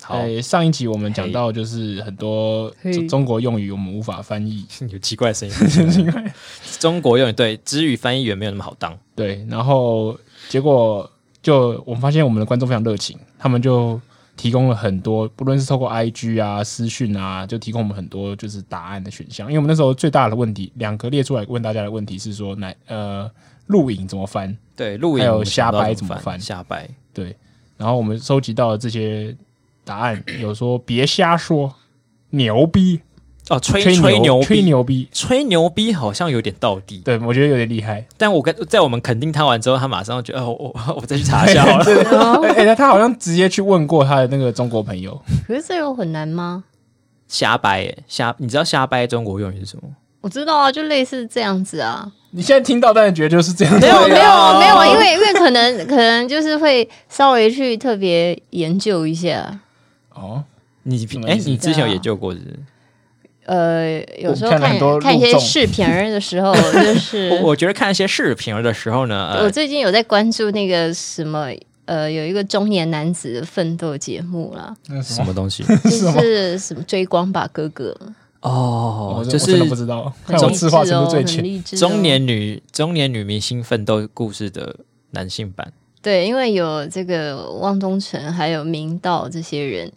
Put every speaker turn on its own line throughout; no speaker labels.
好
诶，哎上一集我们讲到就是很多
嘿
中中国用语我们无法翻译，
有奇怪的声音。中国用语对知语翻译员没有那么好当，
对，然后结果就我们发现我们的观众非常热情，他们就提供了很多，不论是透过 IG 啊、私讯啊，就提供我们很多就是答案的选项。因为我们那时候最大的问题，两个列出来问大家的问题是说，哪呃录影怎么翻？
对录影
还有
我们想不到
瞎掰
怎
怎么翻
瞎掰
对，然后我们收集到的这些答案，有说别瞎说，牛逼，
哦，吹
吹
牛
吹
逼，
牛逼，
吹牛逼好像有点道理。
对我觉得有点厉害。
但我跟在我们肯定他完之后，他马上就哦，我我再去查一下好了。
对，哎、哎他好像直接去问过他的那个中国朋友，
可是这有很难吗？
瞎掰耶瞎，你知道瞎掰中国用语是什么？
我知道啊，就类似这样子啊，
你现在听到，但是觉得就是这样。
没有
对
没
啊
有没有，因为因为可能可能就是会稍微去特别研究一下，
哦，
你
什么
哎、
意思
你之前有
对啊
研究过是不是？
呃，有时候
我看了
看
很多
看一
录
些
综
视频儿的时 候，就是
啊
我我觉得看一些视频的时候呢，
我
呃，
最近有在关注那个什么。呃，有一个中年男子的奋斗节 目啦，
那是什
什
么？
么东西？
就是什么追光吧哥哥，
哦
我，
就
真我真
是
的不知道，
很
看我
励
字
志
画程
哦，
度最
很
浅。
励志哦。
中年女中年女明星奋斗故事的男性版。
对，因为有这个汪东城还有明道这些人，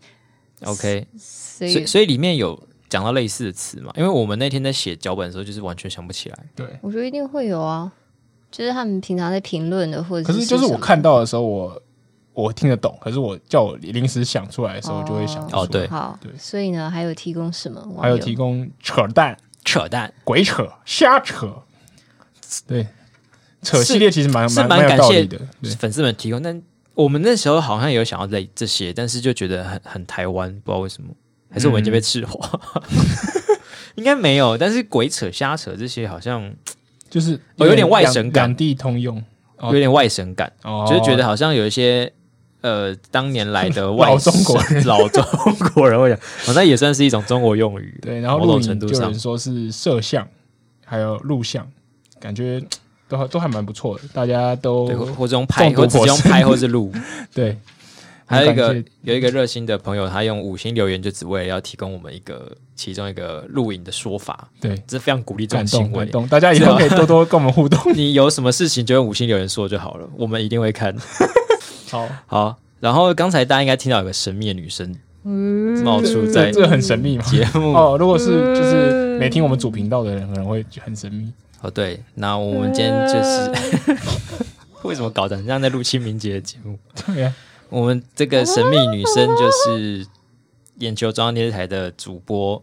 OK，
所
所以
以
所以里面有讲到类似的词嘛？因为我们那天在写脚本的时候，就是完全想不起来。
对，
我觉得一定会有啊。就是他们平常在评论的，或者
可是就是
什
我
么
看到的时候我，我听得懂，可是我叫我临时想出来的时候，我就会想
哦对
好
对，
所以呢，还有提供什么网友？
还有提供扯淡、
扯淡，
鬼扯、瞎扯，对，扯
是
系列其实蛮
是
蛮
蛮
有
感
道
谢
理的，对，
粉丝们提供。但我们那时候好像也有想要类这些，但是就觉得很很台湾，不知道为什么，还是我们已经被赤化。嗯 应该没有，但是鬼扯、瞎扯这些好像
就是
哦有点外省感
两两地通用，哦
有点外省感。
哦，
就是觉得好像有一些呃，当年来 的外
老中国
人，老中国人会讲，哦，那也算是一种中国用语。
对，然后
某
录
种
影
程度
就有
上
人，说是摄像，还有录像，感觉都还都还蛮不错的，大家都
对，或或者用拍，
中毒
或者
火
用
山
拍，哦或是录。
对，
还有一
很
个
感谢
有一个热心的朋友，他用五星留言，就只为了要提供我们一个其中一个录影的说法，
对
这非常鼓励这
感
种
动
行
感
为。
动，大家以后可以多多跟我们 互动。
你有什么事情就用五星留言说就好了，我们一定 会看。
好，
好，然后刚才大家应该听到有个神秘的女生
嗯
冒出
这
在
这很神秘嘛。
节 目
哦，如果是就是没听我们主频道的人，可能会很神秘。
哦，对，那我们今天就是
啊
为什么搞得很像在录清明节的节目？
对啊，
我们这个神秘女生就是眼球中央电视台的主播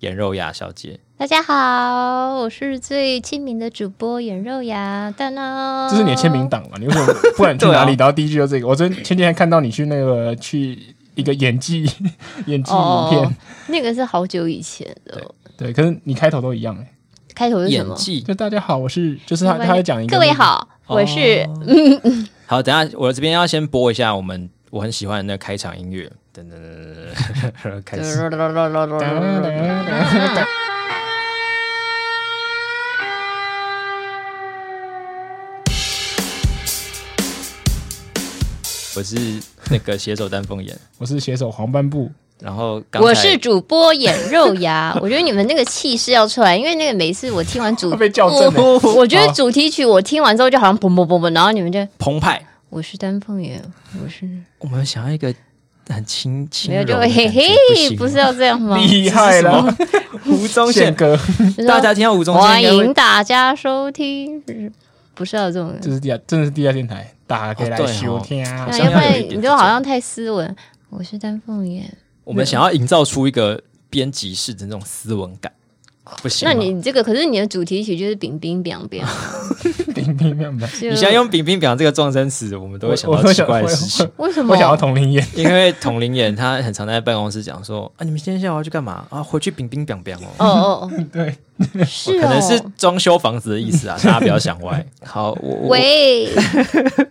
颜肉雅小姐。
大家好，我是最亲民的主播颜肉芽，当当，
这是你的签名档嘛？你为什么不管去
对啊
哪里，然后第一句就这个？我昨天前几天看到你去那个去一个演技 演技影
哦
片，，
那个是好久以前的，
对，可是你开头都一样哎，
开头是什
演
么？
技
就大家好，我是就是他
我们
他会讲一个
各位好，
哦
我是
好，等一下我这边要先播一下我们我很喜欢的那个开场音乐，噔噔噔噔噔， 开始。
嗯
我是那个携手丹凤眼，
我是写手黄斑布，
然后刚才
我是主播眼肉芽，我觉得你们那个气势要出来，因为那个每次我听完主
会被校正的。
我我觉
啊
得主题曲我听完之后就好像砰砰砰砰，然后你们就
澎湃，
我是丹凤眼，我是
我们想要一个很轻轻
没有
柔的
就
感觉
嘿嘿，不
不
是
行吗啊
要这 样吗？
厉害了，
吴宗
宪
宪，
哥，
就是啊
大 家听到吴宗宪
欢
应该会
迎大家收听，不是要这种。
这是地下，真的是地下电台，大家可以来
哦对哦
收听啊
好
对，
像
要不
要有一
然
点
你就好像太斯文。我是丹凤眼，
我们想要营造出一个编辑室的那种斯文感，不行啊
那
吗。
你这个可是你的主题曲就是冰冰冰冰，
叮叮喵喵。
你
你现在用“饼饼表”这个撞声词，我们都会想
我
到
我
奇
想
怪的
我
事情。
为什么？哦
我想要同龄演，
因为统领演他很常在办公室讲说：“啊，你们今天下午要去干嘛啊？回去饼饼表表哦。
哦哦
对，
哦，是
可
哦，
能是装修房子的意思啊，大家不要想歪。 好，我我
喂，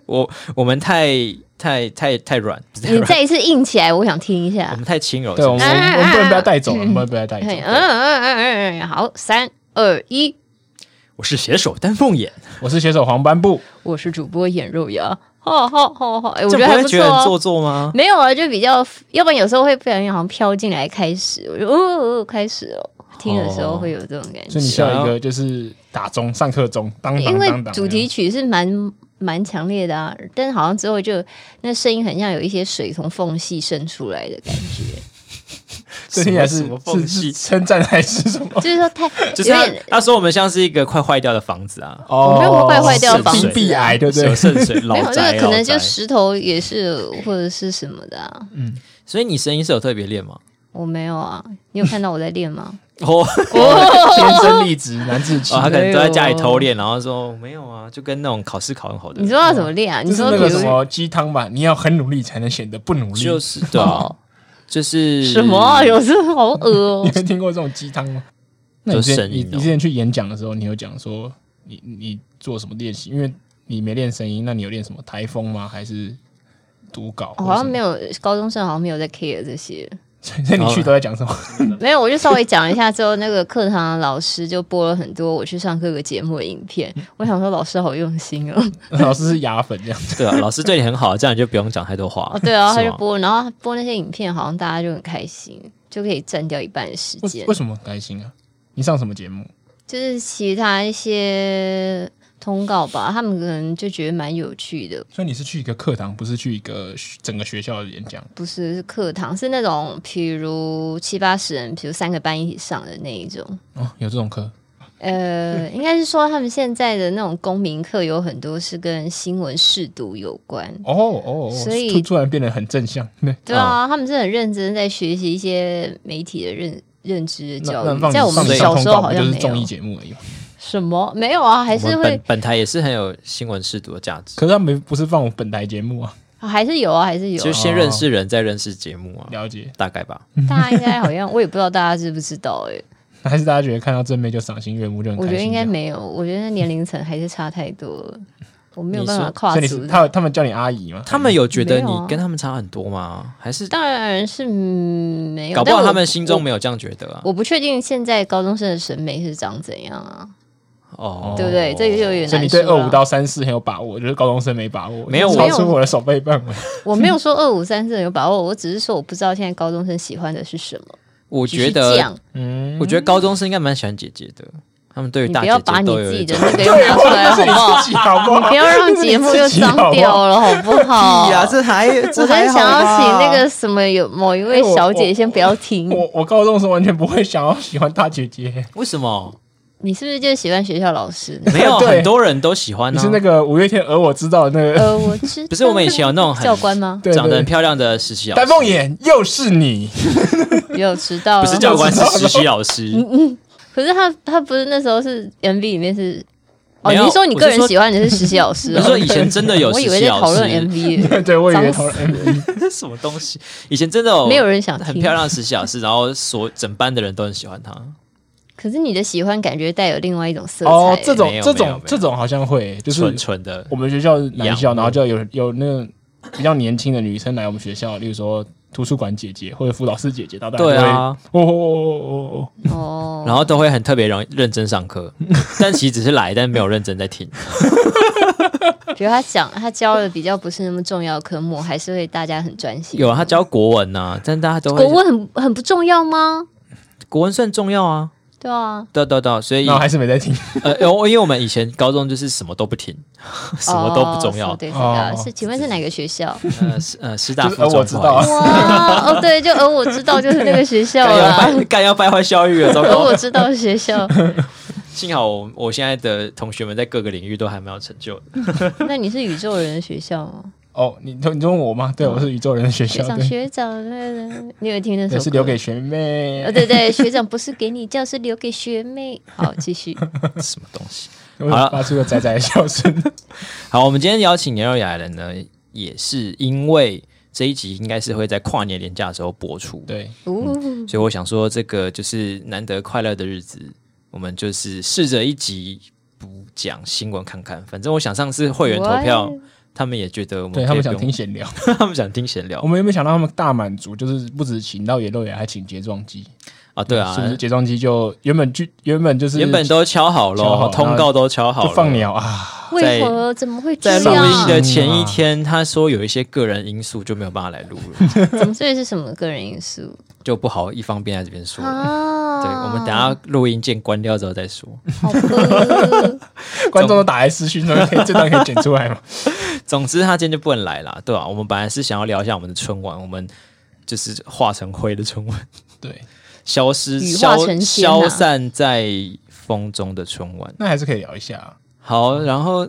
我我们太太太太软， 不是太
你
软，
再一次硬起来，我想听一
我
下。
们太轻柔。
对我
是
们
不是
我们我们不能被他带走，我
嗯
们不能被他
哎
带
嘿嗯
走。
嗯嗯嗯嗯，好，三二一，
我是写手丹凤眼，
我是写手黄斑布，
我是主播眼肉芽，哦哦哦哦，哎，我
这
觉得
不
还
会
不
觉
错
得很
哦。
做作吗？
没有啊，就比较，要不然有时候会不小心好像飘进来开始，我就哦哦哦开始哦，听的时候会有这种感觉。
所以你需要一个就是打钟、上课钟，当当
因
当
为
当当。
主题曲是蛮蛮强烈的啊，但是好像之后就那声音很像有一些水从缝隙渗出来的感觉，
这听起来
什
是
么缝
是
隙
是称赞还是什么？
就是说太
就
有
是他
点
他说我们像是一个快坏掉的房子啊，
哦
没有坏坏掉
房子
冰壁癌，对不
什
对？
么渗水老
没有，
宅
那个可能就
老宅
石头也是或者是什么的啊，
所以你声音是有特别练吗？
我没有啊，你有看到我在练吗？
哦，
天生丽质难自弃
他，可能都在家里偷哦练，然后说没有啊，就跟那种考试考很好的
你
人，
说要怎么练啊？你
就是
说
那
比
个
如
什么鸡汤吧，你要很努力才能显得不努力。
就
你
是对啊，就是
哦什么啊？有时候好 恶哦。
们听过这种鸡汤吗？那你
就
之前
声
你
音哦
你之前去演讲的时候，你有讲说你你你做什么练习？因为你没练声音，那你有练什么台风吗？还是读稿？
哦我好像没
有。
有高中生，好像没有在 care 这些。
那你去都在讲什么？
没有，我就稍微讲一下之后，那个课堂的老师就播了很多我去上各个节目的影片。我想说，老师好用心哦。
老师是牙粉 这样。
对啊，老师对你很好，这样你就不用讲太多话
哦，。对啊，
是
他就
吗
播，然后他播那些影片，好像大家就很开心，就可以占掉一半的时
为
间
为。什么很开心啊？你上什么节目？
就是其他一些通告吧，他们可能就觉得蛮有趣的。
所以你是去一个课堂，不是去一个学整个学校的演讲。
不是是课堂，是那种比如七八十人，比如三个班一起上的那一种。
哦，有这种课，
呃，
嗯
应该是说他们现在的那种公民课有很多是跟新闻试读有关。
哦哦，哦
所以
突突然变得很正向，对，
对啊，他们是很认真在学习一些媒体的认认知的
那
教
那放你
育，在我们
放你上
小时
通告
候好
不
像
就是
没
综艺
有
节目而已嘛。
什么没有啊，还
我
是
们
会
本本台也是很有新闻试读的价值，
可是他们不是放我本台节目啊，
啊还是有啊，还是有啊
就。先认识人，再认识节目啊，
了解。
大概吧。
大家应该好像我也不知道大家知不知 道哎、
还是大家觉得看到正妹就赏心悦目，就很
我
开
觉
心
得
这样。
应该没有，我觉得那年龄层还是差太多了，我没有
你
办法
说
跨
所以你
足
是
的。
他他们叫你阿姨吗？
他们有觉得
没有
你
啊
跟他们差很多吗？还是
当然是嗯没有，
搞不好
但我
他们心中没有这样觉得啊
我。？我不确定现在高中生的审美是长怎样啊，
哦，
对不对？这个就有点
所以你
难
对
说
二
啊
五到三四很有把握，就是高中生没把握，
没有
超
我
出我的手背范围。
我没有说二五三四有把握，我只是说我不知道现在高中生喜欢的是什么。
我
我
觉
这
得，
样，
嗯，
我觉得高中生应该蛮喜欢姐姐的，他们对于
你
大
不
姐
要把
姐
你
都
自
有
己
一
的
种
那个又拿出来好不好？
啊自己好 不好？
不要让节目又脏掉了好不好？
还
我在想要请那个什么有某一位小姐先不要听，
哎我我高中时候完全不会想要喜欢大姐姐，
为什么
你是不是就喜欢学校老师 呢？
没有
对
很多人都喜欢
你
呢
是？那个五月天，而我知道的那个
呃，我知道
不是我们以前有那种很
教官 吗？
对
长得
对
很漂亮的实习老
丹
师，
凤眼，又是你，
有迟到了，
不是教官是实习老 师。
可是他他不是那时候是 MV 里面是哦，
没
你
有
是说你个
我是
人
说
喜欢的是实习老师、
我
哦？
是说以前真的有
我
实
以为
习
在
老
讨论
师，
MV，
对，我以为
脏死
投了 MV，
什么东西？以前真的有
没有人想听。
很漂亮的实习老师，然后所整班的人都很喜欢她。
可是你的喜欢感觉带有另外一种色彩。
哦，这种
没有
这
没有
种
没有
这种好像会，就是
纯纯的
我们学校是男校，
仰慕
然后就有有那个比较年轻的女生来我们学校，例如说图书馆姐姐或者辅导室姐姐，到大家
对啊，
都会，哦哦哦哦
哦，
然后都会很特别认认真上课，但其实只是来，但没有认真在 听。
比如他讲他教的比较不是那么重要的科目，还是会大家很专心。
有啊，他教国文呐、但大家都会
国文很很不重要吗？
国文算重要啊，
对啊，
对对对，所
哦，
以
然后还是没在听，
呃，因为因为我们以前高中就是什么都不 听，什么都不重要
哦、，对，是的，
哦
是请问是哪个学校？
呃是呃师大
就
附
是而
中
我知道啊，
哇，哦对，就而我知道就是那个学
不
校
好意思干要
啦，
败干要败坏校育了，糟
而
糕
我！知道的学校。
幸好我我现在的同学们在各个领域都还蛮有成就的，
那你是宇宙人的学校吗？
哦，你你就问我吗？对，我是宇宙人的学
学
校，
长
对，
学长，那个 你有听那首
也
歌？
是留给学妹
哦，，对对，学长不是给你叫，是留给学妹。好，继续。
什么东西？
我
好了
发出个仔仔的笑 声，
好，我们今天邀请年幼雅人呢，也是因为这一集应该是会在跨年连假的时候播出，
对，
哦，
所以我想说，这个就是难得快乐的日子，我们就是试着一集不讲新闻看看。反正我想上次会员投票
What？，
他们也觉得我们
对
可以
他们
不
想
用
听，嗯闲聊，
他们想听闲 聊
我们有没有想到他们大满足，就是不止请到野肉也还请睫状肌，
啊，对啊
是，不是睫状肌就原本就原本就是
原本都敲好
敲好
了，通告都敲好
就
了，
放鸟啊，
为何怎么会这
在录音
样？
的前一
啊
天，他说有一些个人因素就没有办法来录 了，
怎么这是什么个人因素
就不好一方便在这边说。
啊？
对，我们等下录音键关掉之后再 说。
好哦吧
观众都打来私讯 说，可以这段可以剪出来吗？
总之，他今天就不能来啦，对吧、啊我们本来是想要聊一下我们的春晚，我们就是化成灰的春晚，
对，
消失、
羽化
消
成仙啊
消散在风中的春晚。
那还是可以聊一下啊。
好，然后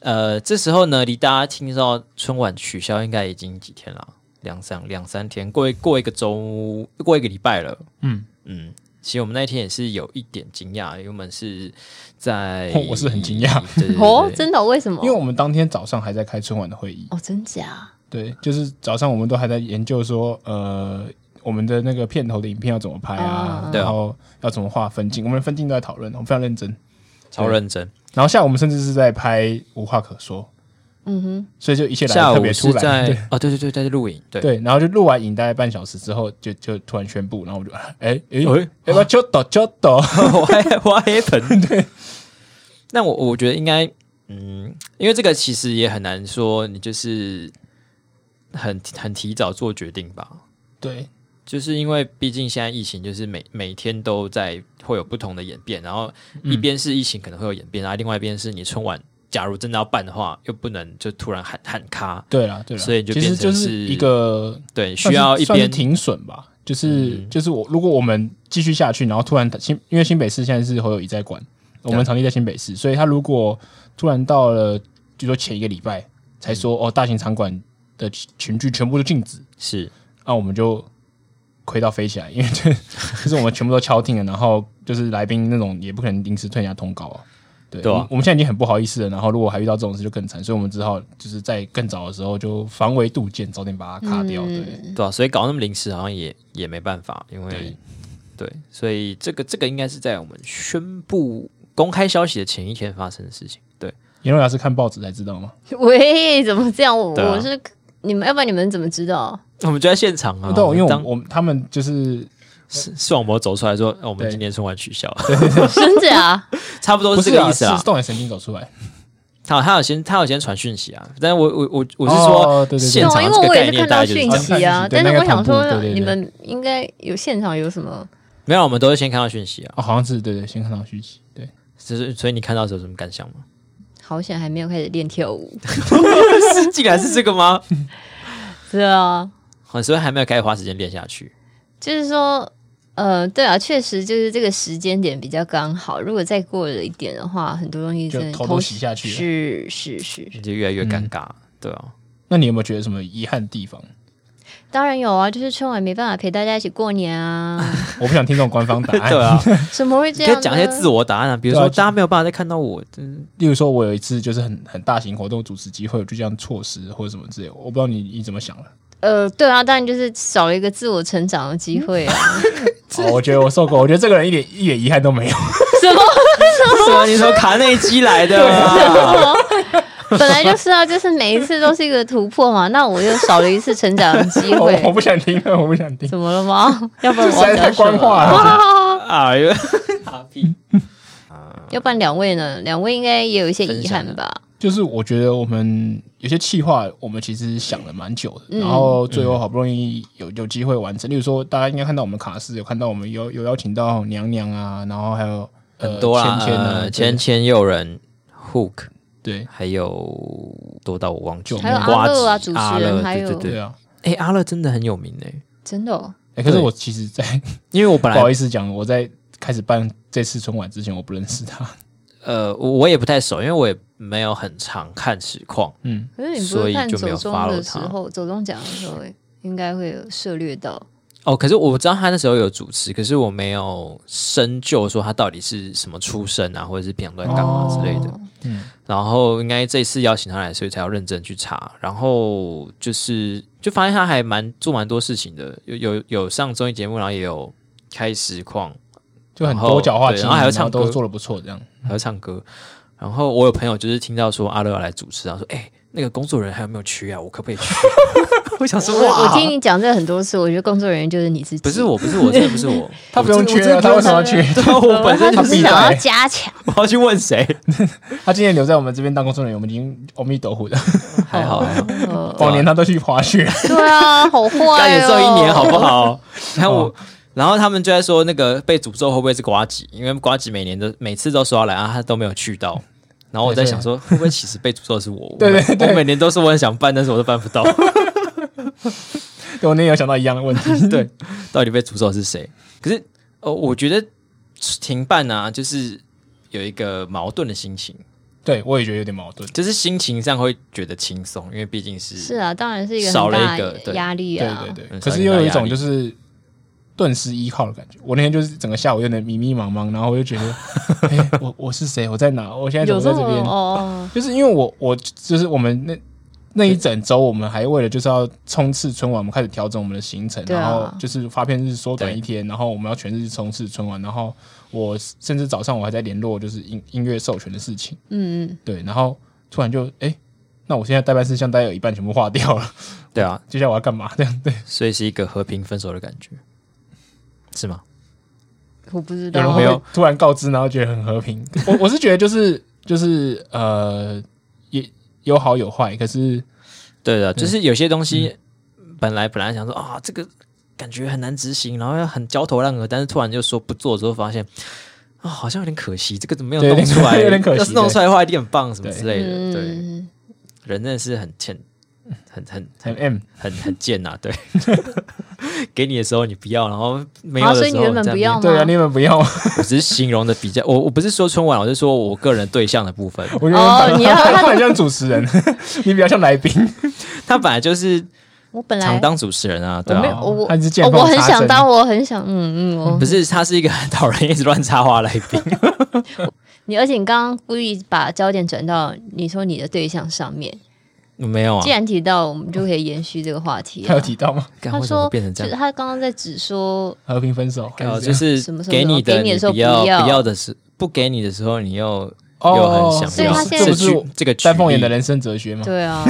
呃，这时候呢，离大家听到春晚取消应该已经几天了，两三两三天，过一过一个周，过一个礼拜了。
嗯
嗯，其实我们那天也是有一点惊讶，因为我们是 在
我是很惊讶，
对对对
哦，
对
真的哦？为什么？
因为我们当天早上还在开春晚的会议，
哦，真假？
对，就是早上我们都还在研究说，呃，我们的那个片头的影片要怎么拍啊
啊，
对啊
然后要怎么画分镜，我们的分镜都在讨论，我们非常认真。
超认真。
然后下午我们甚至是在拍无话可说，
嗯哼，
所以就一切来
下
得特
午
别
是
突然。对
在哦，对对对，在录影， 对，
对，然后就录完影大概半小时之后，就就突然宣布，然后我就哎哎，
哎
要不要就抖就抖？
我还 我还疼。对，那我我觉得应该，嗯，因为这个其实也很难说，你就是很很提早做决定吧。
对
就是因为毕竟现在疫情，就是每每天都在会有不同的演变，然后
嗯
一边是疫情可能会有演变，然后另外一边是你春晚，假如真的要办的话，又不能就突然喊喊卡，
对啦对啦，
所以就
其实
变成
就是
是
一个
对，需要一
算是
边
停损吧，就是、
嗯
就是我如果我们继续下去，然后突然新因为新北市现在是侯友谊在管，我们场地在新北市，所以他如果突然到了，据说前一个礼拜才说、哦，大型场馆的群聚全部都禁止，
是
那、我们就亏到飞起来，因 为这就是我们全部都敲定了，然后就是来宾那种也不可能临时退人家通告啊。对，
对啊
我们我们现在已经很不好意思了，然后如果还遇到这种事就更惨，所以我们只好就是在更早的时候就防微杜渐，早点把它卡掉。对，
嗯
对啊，所以搞那么临时好像也也没办法，因为对所以这个这个应该是在我们宣布公开消息的前一天发生的事情。对，
颜若雅是看报纸才知道吗？
喂，怎么这样？我、
对啊
我是你们，要不然你们怎么知道？
我们就在现场啊，
对，因为我
当
们我们他们就是
视视网膜走出来说，哦我们
对
今天春晚取消，
真假？
差不多
不
是
是
这个
啊，
意思
是
啦。
动眼神经走出来。
他他有先他有先传讯息啊，但我我我我是
哦
说
对对对
现
啊，
场
因
这
为
个
我也
概
是
念
看
大
到
概就是
讯
这样
息啊，
对
但是
那个
我
同
想
步
说，
对对对
你们应该有现场有什么？
没有，我们都是先看到讯息啊，
哦，好像是对对，先看到讯息。对，
就是所以你看到的时候有什么感想 吗？
好险还没有开始练跳舞，
是竟然是这个吗？
是啊，
好，所以还没有开始花时间练下去。
就是说，呃，对啊，确实就是这个时间点比较刚好。如果再过了一点的话，很多东西
就
真的
头都洗下去了
是是是，
你就越来越尴尬，对啊，
那你有没有觉得什么遗憾的地方？
当然有啊，就是春晚没办法陪大家一起过年 啊，
我不想听这种官方答案。
对啊，
怎么会这
你可
样呢？
以讲一些自我答案啊，比如
对
说
啊就
大家没有办法再看到我， 嗯，
例如说，我有一次就是很很大型活动主持机会，我就这样错失或者什么之类的，我不知道你你怎么想了。
呃，对啊，当然就是少了一个自我成长的机会 啊。
哦，我觉得我受够，我觉得这个人一点一点遗憾都没有。
什么？
什么？啊你说卡内基来的啊？
本来就是啊，就是每一次都是一个突破嘛。那我又少了一次成长的 机
我 我
会，
不想听了，我不想听，
怎么了吗？要不然
实
我要
在太
讲
官
什么？
话了。
哎
呃
呦，哈屁！
要不然两位呢？两位应该也有一些遗憾吧？
就是我觉得我们有些企划，我们其实想了蛮久的，
嗯
然后最后好不容易有有机会完成。例如说，大家应该看到我们卡斯有看到我们有有邀请到娘娘啊，然后还有呃
很多啦，
芊芊啊
呃，芊芊诱人，Hook，
对
还有多到我忘记，
还有
瓜
阿乐啊
子
主持人
阿乐
还有
对对
对
对，
啊。
哎，阿乐真的很有名哎，
真的、哦，
哎，可是
对
我其实，在
因为我本
不好
来
意思讲，我在开始办这次春晚之前，我不认识他。
呃，我我也不太熟，因为我也没有很常看实况，
嗯，
可是你不
所
是
以
看
就没
走
有
中
follow
的时候，走中奖的时候应该会有涉略到。
哦，可是我知道他那时候有主持，可是我没有深究说他到底是什么出身啊，或者是平常都在干嘛之类的。
哦
然后应该这次邀请他来，所以才要认真去查。然后就是就发现他还蛮做蛮多事情的，有有有上综艺节目，然后也有开实况，
就很
然后
多角化
对
经营，啊
然后还有唱歌
都做的不错，这样。
还有唱歌。然后我有朋友就是听到说阿乐要来主持，然后说：“哎、那个工作人员还有没有去啊？我可不可以去？ 我想说，
我我
哇
听你讲这很多次，我觉得工作人员就是你自己，
不是我，不是我，真的不是我，
他不用
去，
缺啊，他为什么要缺？
对啊，我本身
他
就是欸
只是
必
想
来
要 加强。
我要去问谁？
他今年留在我们这边当工作人员，我们已经阿弥陀佛
啊
的，
还好还好，
哦
往年他都去滑雪。
对啊，好坏哦，
干也做一年好不好？
哎
然后
哦
我，然后他们就在说那个被诅咒会不会是瓜吉？因为瓜吉每年都每次都说要来啊，他都没有去到。然后我在想说，会不会其实被诅咒 的是我？
对对
我每我每年都是我很想办，但是我都办 不到。
对我那天有想到一样的问 题，
对，到底被诅咒的是谁？可是，呃，我觉得停办啊，就是有一个矛盾的心情，
对我也觉得有点矛盾。
就是心情上会觉得轻松，因为毕竟是
是啊，当然是一个
少
很
了一
大
个对
的压力
对
啊。
对对，
嗯
可是又有一种就是顿时依靠的感觉。我那天就是整个下午有点迷迷茫茫，然后我就觉 得，哎，我我是谁？我在哪？我现在怎
有
么
这
在
种
这边？
哦，
就是因为我我就是我们那那一整周，我们还为了就是要冲刺春晚，我们开始调整我们的行程，
对啊
然后就是发片日缩短
对
一天，然后我们要全日冲刺春晚，然后我甚至早上我还在联络就是音音乐授权的事情，
嗯嗯，
对，然后突然就哎、那我现在代办事项大概有一半全部划掉了，
对啊，
接下来我要干嘛？这样对，
所以是一个和平分手的感觉，是吗？
我不知
有人
道，
会
没有
突然告知，然后觉得很和 平。我我是觉得就是就是呃也有好有坏，可是
对的，就是有些东
嗯
西本来本来想说啊，这个感觉很难执行，然后要很焦头烂额，但是突然就说不做之后，发现啊，好像有点可惜，这个怎么没有
对有
弄
点
出 来？
有点可惜
要是弄出来的话，一定很棒，什么之类的。
嗯
对，人真的是很欠，很很
很
很
M
很很贱呐、啊 对，给你的时候你不要，然后没有
啊，
的时候
所以你原本
再
不
面
要吗？
对啊，你们不要，
我只是形容的比较，我我不是说春晚，我是说我个人对象的部 分。
我觉得
哦
反
你要
他很像主持人， 你比较像来 宾。
他本来就是
我本
常
来
当主持人啊，对
我没
啊
有，，我我
他是见
哦
缝
我很
插
想
针
当，我很想，嗯嗯，我
不是他是一个很讨人厌、一直乱插话来宾。
你，而且你刚刚故意把焦点转到你说你的对象上面，
没有啊
既，然提到，我们就可以延续这个话题
他有
啊。
提到吗？
干
他
为什么
说，
会变成这
就是
样？
他刚刚在指说，
和平分手，还
哦，
这
就
样
是
什么什么
给你
什
的，
么给你的时候
不要
不要
要的时，不给你的时候，你又又很
哦，
想
所以
要。
他现
这
在
这不是
句
我
这个举
丹凤眼的
例，
人生哲学吗？
对啊，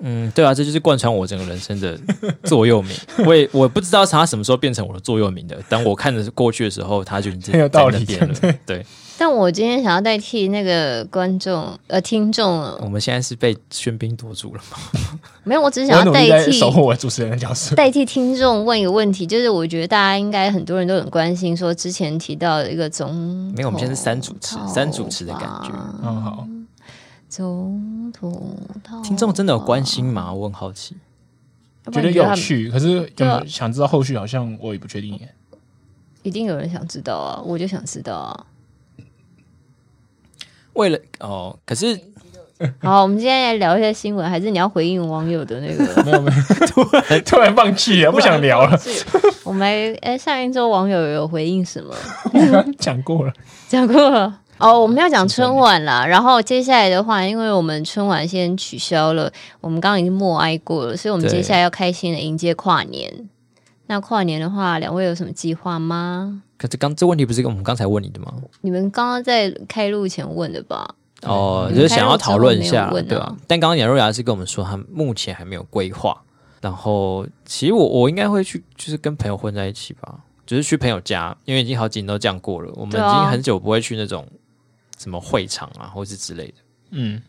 嗯，对啊，这就是贯穿我整个人生的座右铭。我也我不知道他什么时候变成我的座右铭的。当我看着过去的时候，他就已经
很有道理
变了。对，
但我今天想要代替那个观众呃听众，
我们现在是被喧宾夺主了嘛？
没有，我只是
我
想
努
要
力
代
在
替
守护我主持人的角色。
代替听众问一个问题，就是我觉得大家应该很多人都很关心，说之前提到的一个总
没有我们现在是三主持
统
三主持的感觉
套
嗯，好，
总统套
听众真的有关心吗？我很好奇。
要不
觉
然
得
你
有
他
趣，可是有
对
没
啊
有想知道后续？好像我也不确定耶。
一定有人想知道啊，我就想知道啊。
为了哦，可是
好，我们今天来聊一些新闻，还是你要回应网友的那个？
没有没有，突然突然放弃了，不想聊了。
我们来哎，上一周网友有回应什么？
我
啊
刚 讲过了，
讲过了。哦，我们要讲春晚啦，然后接下来的话，因为我们春晚先取消了，我们刚刚已经默哀过了，所以我们
对
接下来要开心的迎接跨年。那跨年的话，两位有什么计划吗？
可是刚这问题不是跟我们刚才问你的吗？
你们刚刚在开录前问的吧？
哦，
嗯
就是想要讨论一下，
开录之后没有问啊
对吧？但刚刚杨若雅是跟我们说，他目前还没有规划。然后，其实我我应该会去，就是跟朋友混在一起吧，就是去朋友家，因为已经好几年都这样过了，我们
对
已
啊
经很久不会去那种什么会场啊，或是之类的。
嗯，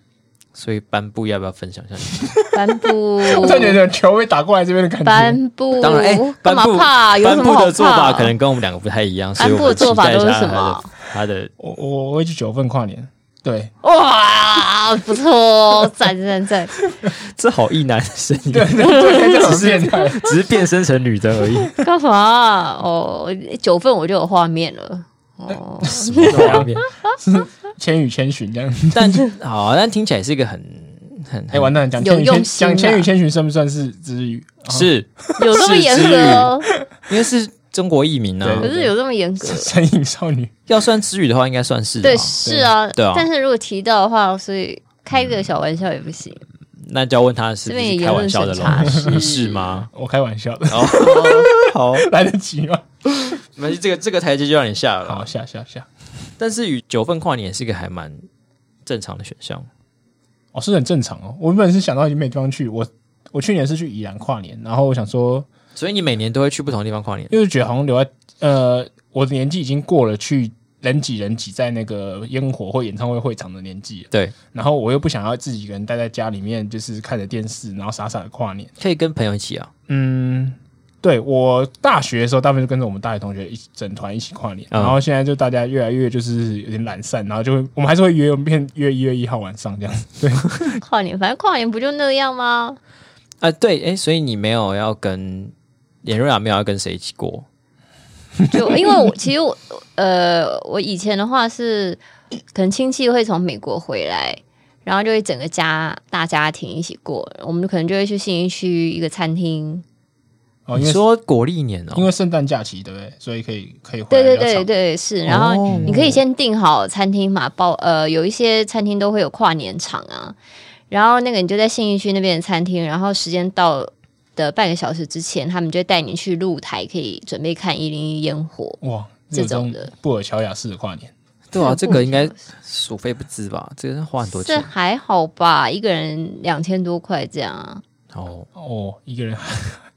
所以颁布要不要分享一下
哦
你？
颁布，
我突然觉得球被打过来这边的感觉。
颁布，
当然，哎，
干
颁
嘛
布
怕啊？有
颁
什么
布
好
的做
怕
法
啊？
可能跟我们两个不太一样，所
颁
以
布
我们
的做
期
法
待一
都是
下他
什
的
么
他的
我我我会去九份跨年， 对，
哇，不错哦， 赞赞赞！
这好意难生，
对对对，这种变态。
只是变身成女的而已。
干嘛啊？哦，九份我就有画面了。哦，
什么都要变
千与千寻这样，
但好啊，但听起来是一个很很
哎，完蛋，讲
有
千与
用
千
心啊
讲千
啦
与千寻算不算是之语？啊
是
有这么严
是之
格
旅
哦？
哦因为是中国译名啊
可
对，
是有这么严格？
神隐少女，
要算词语的话，应该算是
对，
吧
是啊，
哦对啊
但是如果提到的话，所以开个小玩笑也不行。
那就要问他是
这
不
边
是
也
开玩笑的
言论
咯？
审查
你
是
是吗？
我开玩笑的，
哦，好，
来得及吗？
没关系，这个这个台阶就让你下了
好，
啦。
下下下，
但是与九份跨年也是一个还蛮正常的选项，
哦，是很正常哦。我原本是想到已经没地方去，我我去年是去宜兰跨年，然后我想说，
所以你每年都会去不同的地方跨年。
因为觉得好像留在呃，我的年纪已经过了去人挤人挤在那个烟火或演唱会会场的年纪了，
对，
然后我又不想要自己一个人待在家里面，就是看着电视，然后傻傻的跨年。
可以跟朋友一起啊。
嗯，对我大学的时候，大部分就跟着我们大学同学一起整团一起跨年，
嗯
然后现在就大家越来越就是有点懒散，然后就会我们还是会约，我们变约一月一号晚上这样子。对，
跨年，反正跨年不就那样吗？
啊，对，哎，所以你没有要跟严瑞雅没有要跟谁一起过？
就因为我其实我呃，我以前的话是可能亲戚会从美国回来，然后就会整个家大家庭一起过，我们可能就会去信义区一个餐厅。
哦，因
你
为
说国历年哦，
因为圣诞假期对不对？所以可以可以回
对
来
对
比较
对
长
对是，然后
哦
你可以先订好餐厅嘛，包呃有一些餐厅都会有跨年场啊，然后那个你就在信义区那边的餐厅，然后时间到的半个小时之前，他们就会带你去露台，可以准备看一零一烟火。
哇，
这
有
种
种
的
布尔乔亚式的跨年，
对啊，这个应该
不
所费不赀吧？这个花很多
这
钱
还好吧，一个人两千多块这样啊。
哦。
哦，一个人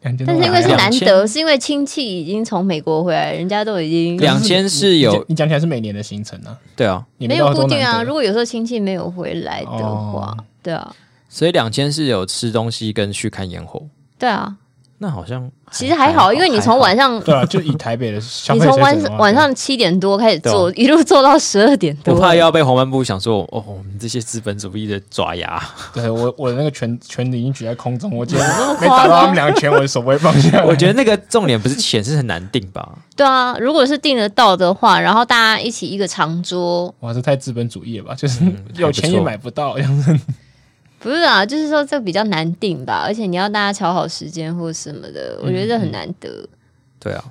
两千多
但
块，
是因为是
两
难
千
得，是因为亲戚已经从美国回来，人家都已经
两千是
你讲
有
你讲起来是每年的行程啊，
对啊，
你
没
们
有
到底
固
多
定啊。
难得
如果有时候亲戚没有回来的话，
哦
对啊，
所以两千是有吃东西跟去看烟火，
对啊，
那好像
其实还好，因为你从晚上，
对啊，就以台北的消
你
费
从
水
晚
准的话啊
晚上七点多开始做，一路做到十二点多。
不怕要被黄斑部想说哦，我们这些资本主义的爪 牙，
对我我的那个拳拳已经举在空中，我今 天
么
没打
夸张
到他们两个拳，我的手不会放下来。
我觉得那个重点不是钱，是很难定吧？
对啊，如果是订得到的话，然后大家一起一个长桌，
哇，这太资本主义了吧？就是 有钱也嗯买不到，这样子
不是啊，就是说这比较难订吧，而且你要大家瞧好时间或什么的，我觉得这
嗯
很难得。
对啊，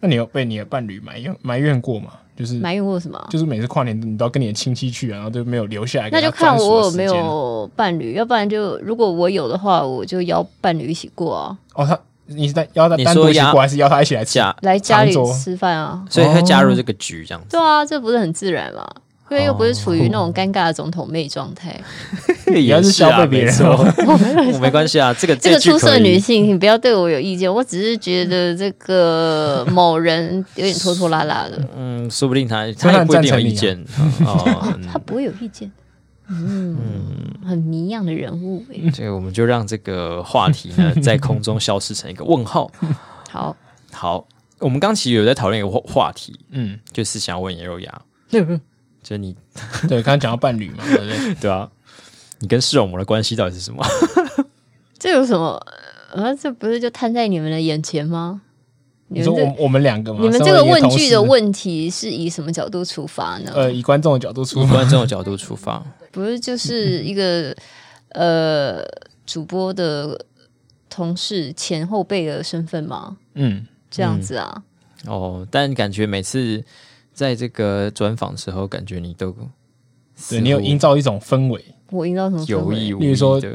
那你有被你的伴侣埋怨埋怨过吗？就是
埋怨过什么啊？
就是每次跨年你都要跟你的亲戚去啊，然后就没有留下来。
那
给
就
他
看
专属的
我有
时
没
间
有伴侣，要不然就如果我有的话，我就邀伴侣一起过啊，
哦，他你是在邀他
你
单独
说
一起
要
过，还是邀他一起来吃？
加，
来家里
长桌
吃饭啊。
所以会加入这个局这样子
对，啊，这不是很自然吗？因为又不是处
哦
于那种尴尬的总统妹状态。
也
要是
是啊
消费别人哦
没错 我没关系啊，这个
这个
句
出
可
色
以
女性，你不要对我有意见，我只是觉得这个某人有点拖拖拉拉的，
嗯，说不定他
所以
他
他
也
很
不一定有
赞成
意
你啊
见哦。嗯
他不会有意见。嗯，很谜样的人物哎、
这个我们就让这个话题呢在空中消失成一个问号。
好，
好，我们刚其实有在讨论一个话话题，
嗯，
就是想问颜柔雅，就是你
对，刚刚讲到伴侣嘛，对不 对？
对啊，你跟视网膜的关系到底 是什么？
这有什么？啊，这不是就摊在你们的眼前吗？你
你说
们这
我我啊们两个嘛，
你们
身
这
为
个
一
问
同
句
事
的问题是以什么角度出发呢？
呃，以观众的角度出
从
发，
观众的角度出发，
不是就是一个呃主播的同事前后辈的身份吗？
嗯，
这样子啊？
哦，但感觉每次在这个专访时候，感觉你都
对你有营
造
造一种氛围。
我营造什么氛
有
围
意无
例如
意
说
的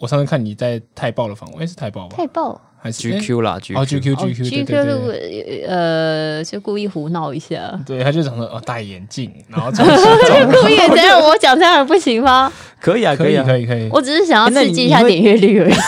我上次看你在泰报的访问，诶是泰报吧？
太爆了！
还是诶
GQ 啦
哦
，GQ
GQ
哦
GQ 对对
GQ 如
对，
果呃，就故意胡闹一下
对，他就讲说哦戴眼镜，然 后穿西装，
故意这样我讲这样的不行吗？
可以啊，
可
以
以
啊，
可以可以，
我只是想要
哎那你
刺激一下
你会
点阅率而已，
哎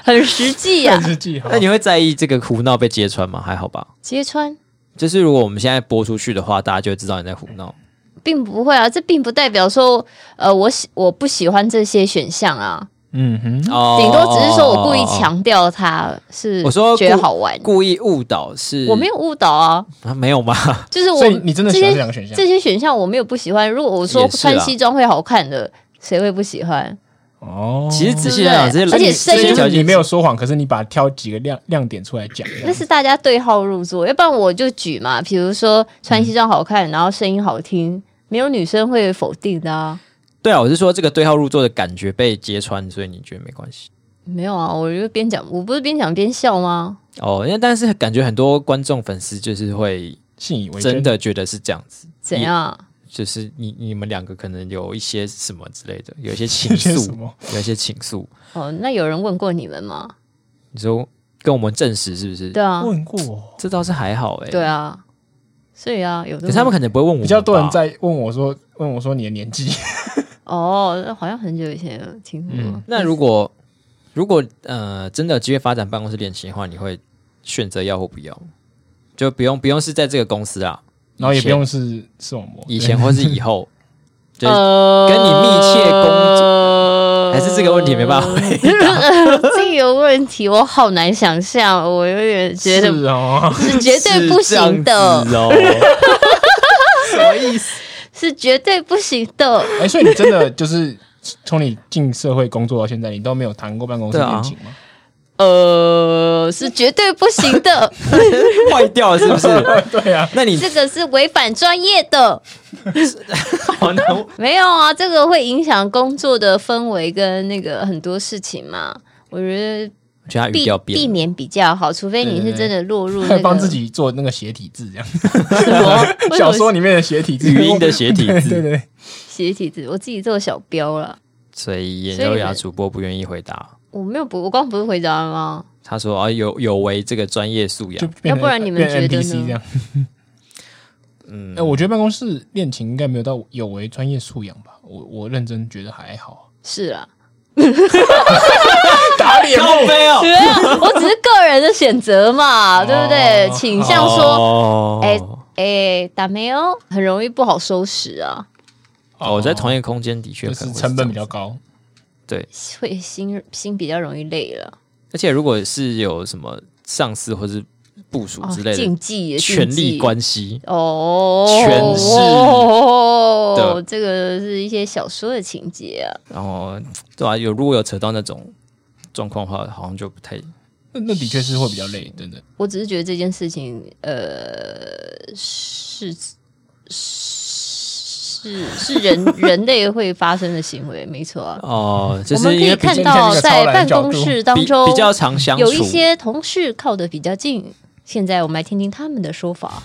很实际 啊呀、
但是记好。
那你会在意这个胡闹被揭穿吗？还好吧，
揭穿
就是如果我们现在播出去的话，大家就会知道你在胡闹。
并不会啊，这并不代表说呃我喜我不喜欢这些选项啊，
嗯哼，
哦，
顶多只是说我故意
哦。哦哦哦
强调它
哦
是
我说
觉得
故
好玩，
故意误导是？
我没有误导啊，
啊，没有吗？
哦
就是我
嗯所以你真的
这
喜欢这
些
两个选项
这些选项我没有不喜欢，如果我说
也
啊
是啦
穿西装会好看的，谁会不喜欢？
哦？
其实仔细想想，这些
对不对而且
这
声音
些
就
条
是你
件
没有说谎，可是你把挑几个亮亮点出来讲，这
那
样
是大家对号入座，要不然我就举嘛，比如说穿西装好看，然后声音好听，没有女生会否定的啊。
对啊，我是说这个对号入座的感觉被揭穿，所以你觉得没关系
没有啊，我就边讲，我不是边讲边笑吗？
哦。因为但是感觉很多观众粉丝就是会
信以为
真
真。
的觉得是这样子，
怎样？
就是你你们两个可能有一些什么之类 的，有一些情
这些什
愫，
么？
有一些情愫。
哦，那有人问过你们吗？
你说跟我们证实是不是？
对啊，
问过，
这倒是还好哎、
对，啊，所以啊，有的
嗯可是他们可能不会问我们吧，
比较多人在问我说，问我说你的年纪，
哦，那好像很久以前有听说
嗯
过。
那如果如果呃真的有机会发展办公室恋情的话，你会选择要或不要？就不用不用是在这个公司啊，
然后也不用是视网膜，
以前或是以 后，就是
呃
跟你密切工
作
还 是这个问题没办法回
呃这个问题我好难想象，我有点觉得
是 哦，
是绝对不行的，
是这样子 哦。 什么意思？
是绝对不行的。
哎，所以你真的就是从你进社会工作到现在，你都没有谈过办公室
对啊
恋情吗？
呃，是绝对不行 的，
坏掉了是不是？对啊，那你
这个是违反专业的。
好 难
没有啊，这个会影响工作的氛围跟那个很多事情嘛。我觉得
我觉得他语
避
调
避
变了，
免比较好，除非你是真的落入那
还
个
帮自己做那个斜体字，这样
什么 为什
小
么
说里面的斜体字，
语音的斜 体
对对
字，
对，
写体字，我自己做小标了。
所以
所以
眼
你
优
们
雅主播不愿意回答。
我没有不，我刚不是回答了吗？
他说：“啊，有有违这个专业素
就
养，
变成
要不然你们
变
觉得
NPC
呢
这样？
嗯
哎、，我觉得办公室恋情应该没有到有违专业素养吧，我我认真觉得还好。
是 啊，
打脸
靠背哦，
对啊，我只是个人的选择嘛，对不对？
哦
倾向说，
说
哎哎，打没哦，很容易不好收拾啊，
哦，我在同一个空间的确
就
可
是
能会
成本比
这
较
样子
高，
对，
会心心比较容易累了。
而且如果是有什么上司或是部署
哦
之类，的
竞技也
权力
关。
关系，
哦，
权势
哦，这个是一些小说的情节啊。
然后对吧、有如果有扯到那种状况的话，好像就不太
那那的确是会比较累，真的。
我只是觉得这件事情，呃，是是是人人类会发生的行为，没错啊。
哦、 就
我
是
们可
因
以
为比
看
竟
到，
现在
在
这个
办
超
公
然角
室
度
当
比
中
比较常相处，
有一些同事靠得比较近。现在我们来听听他们的 说法，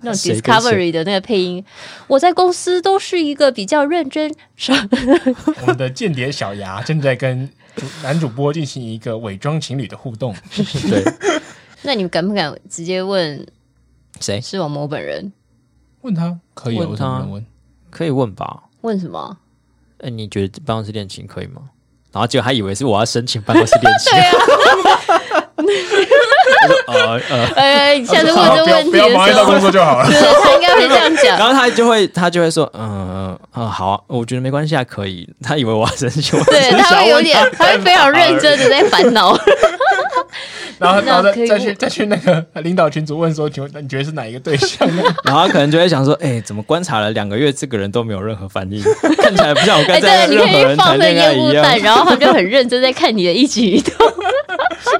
那种
谁跟谁
Discovery 的那个配音。我在公司都是一个比较认真、
我们的间谍小牙正在跟主男主播进行一个伪装情侣的互动，
对
那你们敢不敢直接问
谁
视网膜本人
问他可以啊，
问
为什么不
他
能问？
可以问吧？
问什么？
哎、你觉得办公室恋情可以吗？然后结果他以为是我要申请办公室恋情，
啊
我说 呃呃，
哎、你下次问
好
这
不要
问题
不要
的
妨碍
时
到
候
工，作就好了。
对对，他应该会这样
然
讲。
后他就会他就会说，嗯、嗯，好啊、我觉得没关系啊，可以。他以为我要申请，我
对，他会有点，他会非常认真的在烦恼。
然 后然后
那
再
可以
再去
问
再去那个领导群组问说，请问你觉得是哪一个对象 呢？
然后可能就会想说，哎、怎么观察了两个月，这个人都没有任何反应， 看起来不像我
哎、
该在
对，你
任何
可以
人
放
谈
那
恋爱
烟
一
雾弹，
样。
然后他就很认真在看你的一举一动。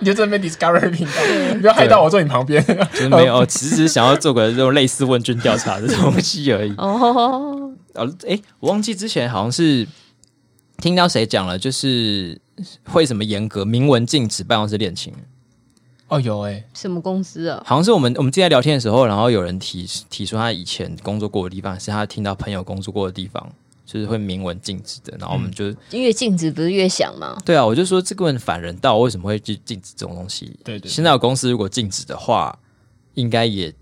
你就这边 Discovery 频道，你不要害到我坐你旁边。
就是没有，其实只是想要做个这种类似问卷调查的东西而已。
哦，
哦，哎，我忘记之前好像是听到谁讲了，就是会什么严格明文禁止办公室恋情，
哦，有哎，
什么公司啊？
好像是我们我们之前在聊天的时候，然后有人提提出他以前工作过的地方是他听到朋友工作过的地方，就是会明文禁止的。然
嗯
后我们就、
越禁止不是越想吗？
对啊，我就说这个很反人道，为什么会去禁止这种东西？
对对对
现在有公司如果禁止的话，应该也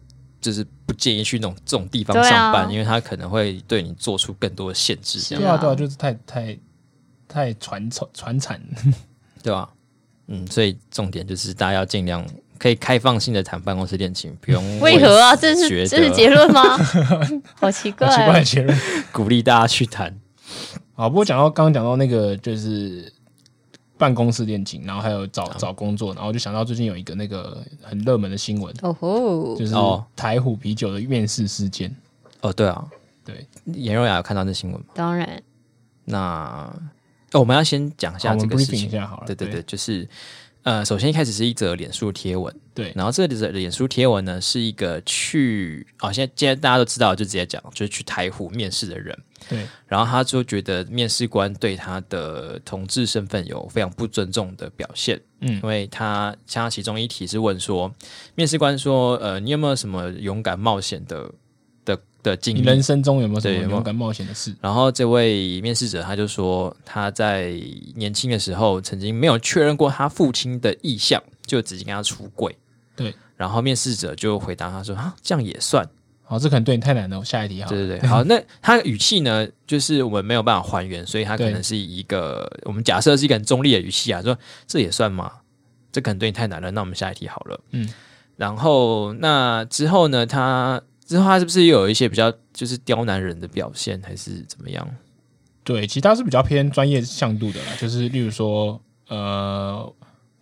就是不建议去那种这种地方
对啊
上班，因为他可能会对你做出更多的限制，这
是
样
对啊对啊，就是太太太传传传产
对吧、嗯，所以重点就是大家要尽量可以开放性的谈办公室恋情，不用
为何啊？这
觉
是
得
这是结论吗？好奇怪、
好奇怪的结论。
鼓励大家去谈。
好，不过讲到刚刚讲到那个就是办公室恋情，然后还有
哦
找找工作，然后就想到最近有一个那个很热门的新闻，
哦吼，
就是
哦
台虎啤酒的面试事件。
哦，对啊，
对，
颜若雅有看到这新闻吗？
当然，
那、哦、我们要先讲一
好
下
我
这
们
个事
briefing
情
一。下好了。
对对对，
对
就是呃，首先一开始是一则脸书贴文，
对，
然后这个脸书贴文呢是一个去啊、现在现在大家都知道，就直接讲，就是去台虎面试的人，
对，
然后他就觉得面试官对他的同志身份有非常不尊重的表现，
嗯
因为他像他其中一题是问说，面试官说，呃，你有没有什么勇敢冒险的的的经
你
历？
人生中有没有什
对有
么
没有
勇敢冒险的事？
然后这位面试者他就说，他在年轻的时候曾经没有确认过他父亲的意向，就直接跟他出柜。
对，
然后面试者就回答他说：“啊，这样也算。”
哦好，这可能对你太难了，我下一题好了。
对对对，啊 好，那他的语气呢，就是我们没有办法还原，所以他可
对
能是一个我们假设是一个很中立的语气啊，说这也算吗？这可能对你太难了，那我们下一题好了。
嗯，
然后那之后呢，他之后他是不是又有一些比较就是刁难人的表现，还是怎么样？
对，其他是比较偏专业向度的啦，就是例如说，呃，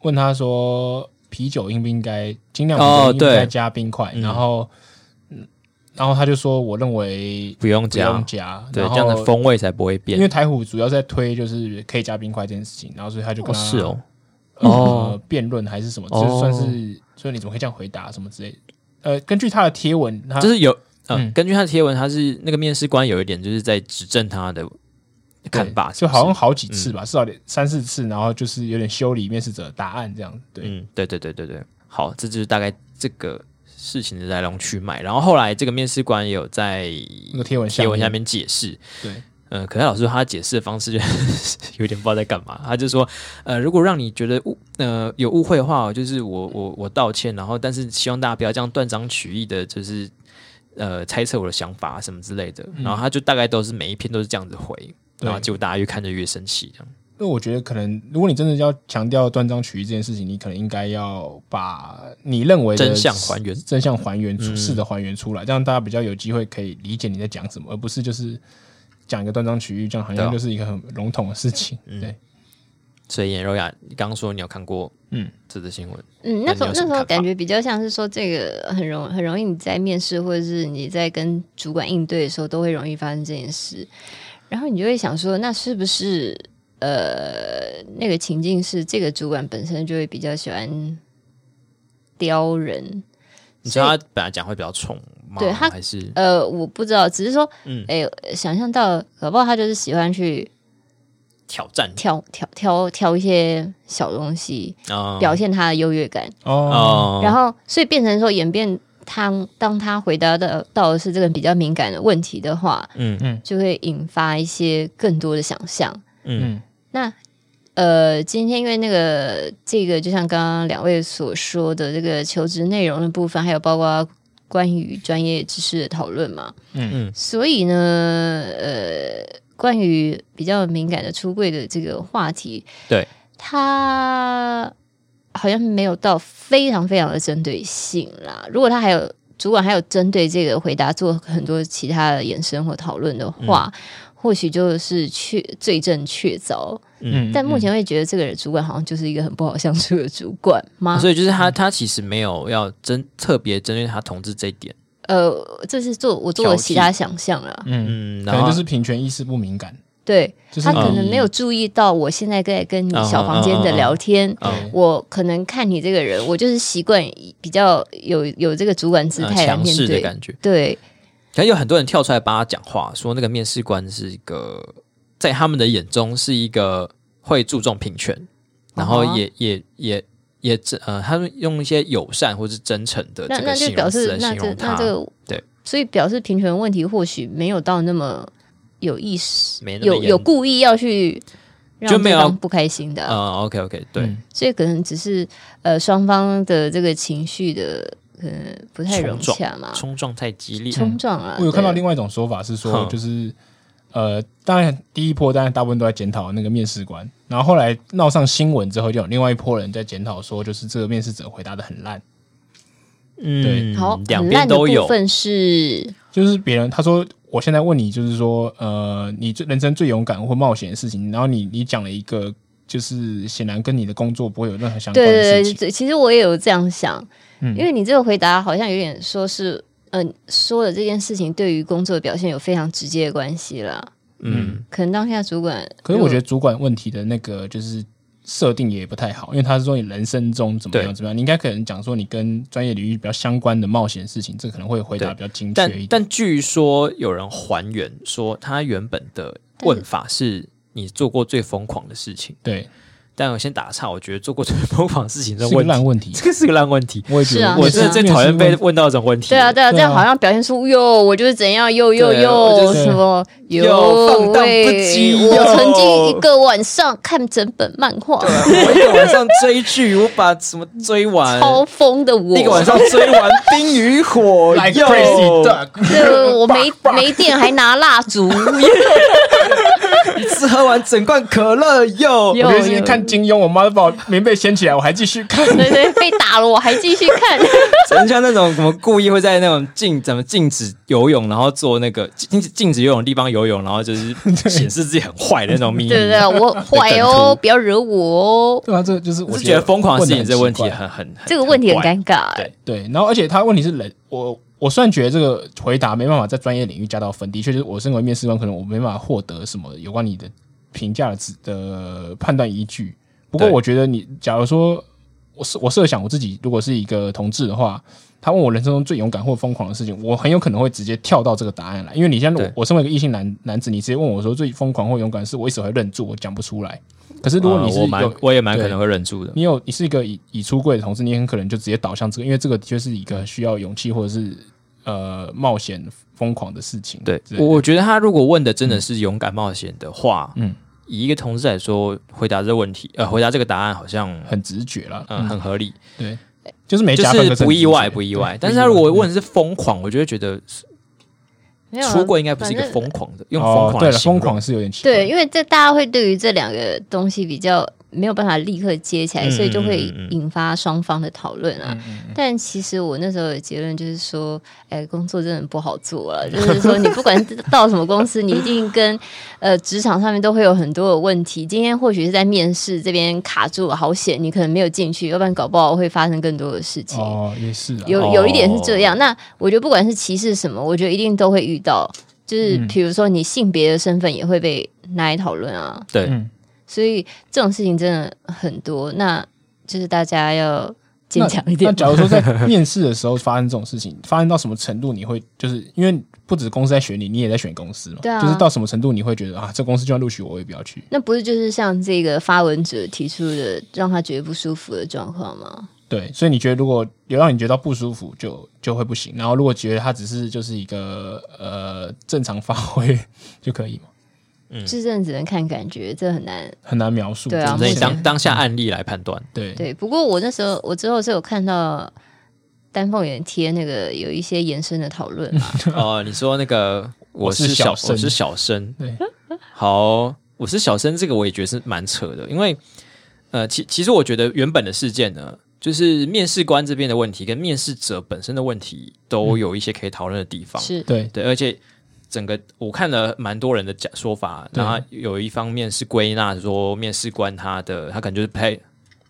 问他说啤酒应不应该尽量啤酒
哦
应不应该
对
加冰块，然后，嗯，然后他就说我认为
不用
不
讲，
用加，
对，
然
这样的
后
风味才不会变
因。为台虎主要在推就是可以加冰块这件事情，然后所以他就跟
哦，
他、
是哦，
呃
哦
辩论还是什么，
哦
就是算是所以你怎么可以这样回答什么之类的，呃，根据他的贴文，他
就是有，嗯
嗯，
根据他的贴文，他是那个面试官有一点就是在指正他的
对
看法，是
就
不是嗯
好像好几次吧，至少得三四次，然后就是有点修理面试者的答案这样。对，
嗯，对对对对对，好，这就是大概这个事情的来龙去脉。然后后来这个面试官也有在
那个贴文
贴文下
面
面解释，
对，
呃，可是老师他解释的方式就是 有点不知道在干嘛。他就说，呃，如果让你觉得误呃有误会的话，就是我我我道歉，然后但是希望大家不要这样断章取义的，就是呃猜测我的想法什么之类的。然后他就大概都是每一篇都是这样子回，然后
嗯对
结果大家越看就越生气，这样
那我觉得可能，如果你真的要强调断章取义这件事情，你可能应该要把你认为的
真相还原。嗯
真相还原出事的还原出来，这样大家比较有机会可以理解你在讲什么，而不是就是讲一个断章取义，这样好
对
像
啊嗯
就是一个很笼统的事情。对，
所以颜柔雅，你刚刚说你有看过
嗯，
这则新闻，
嗯，
那
那
你
时候
有什
那
么
时候
看法
感觉比较像是说，这个很容很容易你在面试或者是你在跟主管应对的时候，都会容易发生这件事。然后你就会想说，那是不是呃那个情境是这个主管本身就会比较喜欢刁人？
你知道他本来讲会比较冲吗？
对他
还是
呃，我不知道，只是说，
嗯
哎、想象到搞不好他就是喜欢去
挑战
挑挑挑挑一些小东西，
啊
表现他的优越感。
哦，
哦，
然后所以变成说演变他当他回答的呃到的是这个比较敏感的问题的话，
嗯
就会引发一些更多的想象。
嗯
嗯，
那呃，今天因为那个这个，就像刚刚两位所说的这个求职内容的部分，还有包括关于专业知识的讨论嘛，
嗯
嗯
所以呢，呃，关于比较敏感的出柜的这个话题，
对
他好像没有到非常非常的针对性啦。如果他还有主管还有针对这个回答做很多其他的延伸或讨论的话，
嗯
或许就是确罪证确凿。
嗯
但目前会觉得这个主管好像就是一个很不好相处的主管吗？
所以就是
嗯
他，他其实没有要针特别针对他同志这一点，
呃，这是做我做了其他想象了。
嗯，
嗯，
可
然
能
后
就是平权意识不敏感，
对，
就是
他可
你
能没有注意到我现在在跟你
嗯
小房间的聊天。
嗯
对
我可能看你这个人，我就是习惯比较有有这个主管姿
呃
态来
强
面
势的
对。
感觉，
对，
可能有很多人跳出来帮他讲话，说那个面试官是一个在他们的眼中是一个会注重平权，然后
啊哈
也、也也也真呃，他们用一些友善或是真诚的
那
这
那
个
就
形
表
容词
示
来
那
形
这
容
那
他，
这个
对，
所以表示平权问题或许没有到那么有意识，
没那么
有
严
有故意要去
就
让
没
对
有
方不开心的啊、
呃，OK OK，对，
嗯
所以可能只是呃双方的这个情绪的可能不太融
冲撞
洽嘛，
冲撞太激烈，
冲撞啊。
我有看到
对
另外一种说法是说，
哼
就是呃，当然第一波当然大部分都在检讨那个面试官，然后后来闹上新闻之后，就有另外一波人在检讨说，就是这个面试者回答的很烂，对
嗯，
好
两
很
边
烂的
都
部
有，
分是
就是别人他说我现在问你，就是说呃，你最人生最勇敢或冒险的事情，然后你你讲了一个就是显然跟你的工作不会有任何相关的
对
事
对
情，
对，其实我也有这样想，
嗯
因为你这个回答好像有点说是，嗯、说的这件事情对于工作的表现有非常直接的关系啦。
嗯，
可能当下主管，
可是我觉
得
得主管问题的那个就是设定也不太好，因为他是说你人生中怎么样
对
怎么样，你应该可能讲说你跟专业领域比较相关的冒险事情，这可能会回答
对
比较精确
但
一点。
但据说有人还原说他原本的问法是你做过最疯狂的事情，
对，
但我先打岔，我觉得做过最疯狂的事情这
是
个
个
问题
烂，问题。
这个是个烂问题。
我也觉
是
得
啊，
我真的最
是
讨厌被问到这种问题。
对啊，对啊，这
对啊
样好像表现出哟，我就是怎样，又又
对啊我
又
就是
什么，
哟
哟
放荡
喂
不羁
我
哟啊
曾经一个晚上看整本漫画，
我一个晚上追剧，我把什么追完，
超疯的我。
一个晚上追完《冰与火》
，like
哟
crazy duck，
对，我没没电还拿蜡烛，
一次喝完整罐可乐哟。
哟
我那天看金庸，我妈都把我棉被掀起来，我还继续看。
对对，被打了我还继续看，
很像那种什么故意会在那种禁怎么禁止游泳，然后做那个禁禁止游泳的地方游泳，然后就是 显示自己很坏的那种秘密。
对对，我坏哦，不要惹我哦。
对啊，这个就是
我
我
是觉得疯狂的事情，
很
这个问
奇
题啊
怪
很很很
这个问题很
怪
尴尬，欸
对
对，然后而且他问题是人，我我虽然觉得这个回答没办法在专业领域加到分，的确就是我身为面试官，可能我没办法获得什么有关你的评价的指的判断依据。不过
对
我觉得你，假如说我设我设想我自己如果是一个同志的话，他问我人生中最勇敢或疯狂的事情，我很有可能会直接跳到这个答案来，因为你像我
对
我身为一个异性男男子，你直接问我说最疯狂或勇敢的事，我一时会愣住，我讲不出来。可是如果
啊
你是
我
一个
蛮我也蛮
对
可能会忍住的。
你有你是一个已已出柜的同志，你很可能就直接导向这个，因为这个的确是一个需要勇气或者是呃冒险疯狂的事情。
对
之，类
我
的
我觉得他如果问的真的是勇敢冒险的话，
嗯
嗯，以一个同志来说，回答这个问题，呃，回答这个答案好像很
很直觉啦，
嗯很合理，
对，就是没
就
加分可
是
很
不意
直觉
外不意外
对。
嗯
嗯
但是他如果问的是疯狂，我就会觉得
没有啊
出柜应该不是一个
反正
疯狂的，用
哦
疯狂
对
来
了，
形
疯
容
狂是有点奇怪。
对，因为这大家会对于这两个东西比较没有办法立刻接起来，
嗯
所以就会
嗯嗯嗯嗯
引发双方的讨论啊。但其实我那时候的结论就是说，哎，工作真的不好做了， 就是说你不管到什么公司，你一定跟 呃职场上面都会有很多的问题。今天或许是在面试这边卡住了，好险你可能没有进去，要不然搞不好会发生更多的事情。
哦，也是啊，
有有一点是这样。那我觉得不管是歧视什么，我觉得一定都会遇到，就是
嗯
比如说你性别的身份也会被拿来讨论啊，
对，
嗯，
所以这种事情真的很多。那就是大家要坚
那
强一点
那。假如说在面试的时候发生这种事情，发生到什么程度，你会就是因为不止公司在选你，你也在选公司嘛，
对啊
就是到什么程度你会觉得啊，这公司就算录取我，我也不要去。
那不是就是像这个发文者提出的让他觉得不舒服的状况吗？
对，所以你觉得如果有让你觉得不舒服就，就会不行。然后如果觉得它只是就是一个呃正常发挥就可以嘛，嗯
这真的只能看感觉，这很难。
很难描述。
对啊
所
这
以
是
目前
当当下案例来判断。
对
对，不过我那时候我之后是有看到丹凤眼贴那个有一些延伸的讨论嘛，
哦，你说那个我
是
是
小
小
生
我是小生，
对，
好，我是小生，这个我也觉得是蛮扯的，因为呃，其其实我觉得原本的事件呢，就是面试官这边的问题跟面试者本身的问题都有一些可以讨论的地方，
是
嗯对
对，而且整个我看了蛮多人的讲说法，
对
然后有一方面是归纳说面试官他的他可能就是不太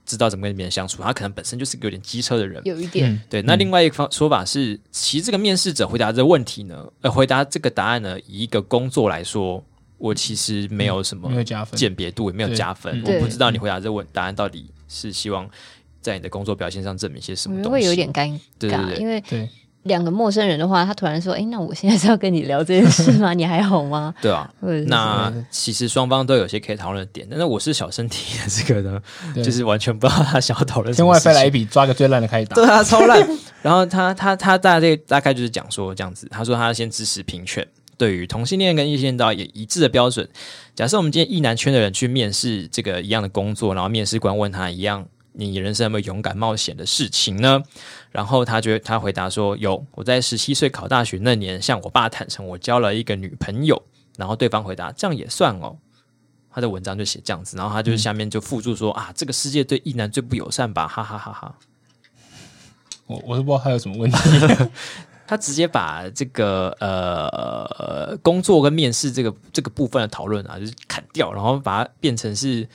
知道怎么跟别人相处，他可能本身就是个有点机车的人，
有一点。
嗯
对，那另外一个方说法是，其实这个面试者回答这个问题呢，呃，回答这个答案呢，以一个工作来说，我其实没有什
没有
么
加分，
鉴别度，也没有
对嗯
加分，
对
我不知道你回答这个问答案到底是希望在你的工作表现上证明些什
我
么
觉
东
得
西，
嗯会有点尴尬，
对对对
因为
对
两个陌生人的话，他突然说：“哎，那我现在是要跟你聊这件事 吗？你还好吗
对啊？”。
或者是
那
什么
其实双方都有些可以讨论的点，但是我是小身体的这个呢，
对
就是完全不知道他想要讨论什
天
么
外
事
飞
情
来一笔，抓个最烂的开始打
对。啊，超烂。然后他他他大概大概就是讲说这样子，他说他先支持平权，对于同性恋跟异性恋都要有一致的标准。假设我们今天异男圈的人去面试这个一样的工作，然后面试官问他一样，你人生有没有勇敢冒险的事情呢？然后他觉得他回答说有，我在十七岁考大学那年，向我爸坦诚我交了一个女朋友。然后对方回答这样也算哦。他的文章就写这样子，然后他就是下面就附注说、啊，这个世界对异男最不友善吧，哈哈哈哈。
我我是不知道他有什么问题。
他直接把这个呃工作跟面试这个这个部分的讨论啊，就是砍掉，然后把它变成是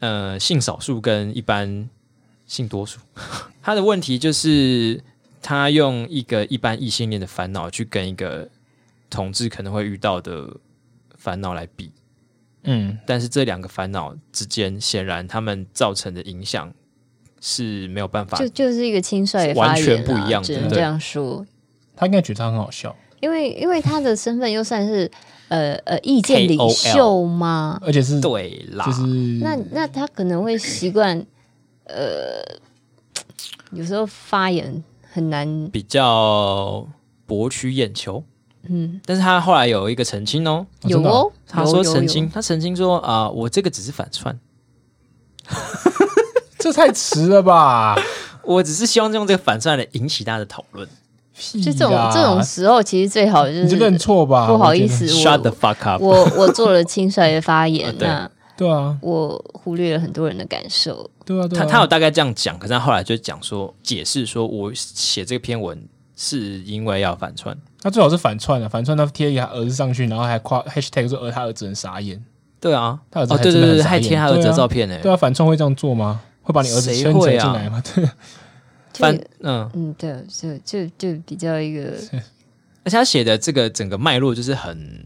呃性少数跟一般性多数。 他的问题就是他用一个一般异性恋的烦恼去跟一个同志可能会遇到的烦恼来比，
嗯，
但是这两个烦恼之间，显然他们造成的影响是没有办法
就就是一个轻率的
完
发
全
言
不
啦
一样
只
对
能
不对
这样说。
他应该觉得他很好笑。
因为因为他的身份又算是呃呃意见领
KOL
袖吗？
而且是就
对啊啦，
是
那那他可能会习惯，呃，有时候发言很难，
比较博取眼球。嗯，但是他后来有一个澄清哦，
真
有
的
哦
哦，
他
有
说
有
澄
有
清，他澄清说啊、我这个只是反串，
这太迟了 吧？
我只是希望用这个反串来引起大家的讨论。
屁
就这种
啊
啦
这种时候，其实最好就
你这个
是
认错吧？
不好意
我觉
思
得，
Shut the
我
fuck up！
我我做了轻率的发言
啊，对
那
对啊，
我忽略了很多人的感受。
对啊，对
他
啊，
他有大概这样讲，可是他后来就讲说，解释说我写这篇文是因为要反串。
他最好是反串的、啊反串他贴一个他儿子上去，然后还夸 hashtag 说儿呃他儿子很傻眼。
对啊，
他儿子
哦，
还
对
真
对
的很
对，
傻
还贴
眼
他儿子
对
的
啊
照片呢、
对啊，反串会这样做吗？会把你儿子
哎谁
牵扯
会
进
啊
来 吗？对，哦
就
反嗯，
嗯，对，就就就比较一个
而且他写的这个整个脉络就是很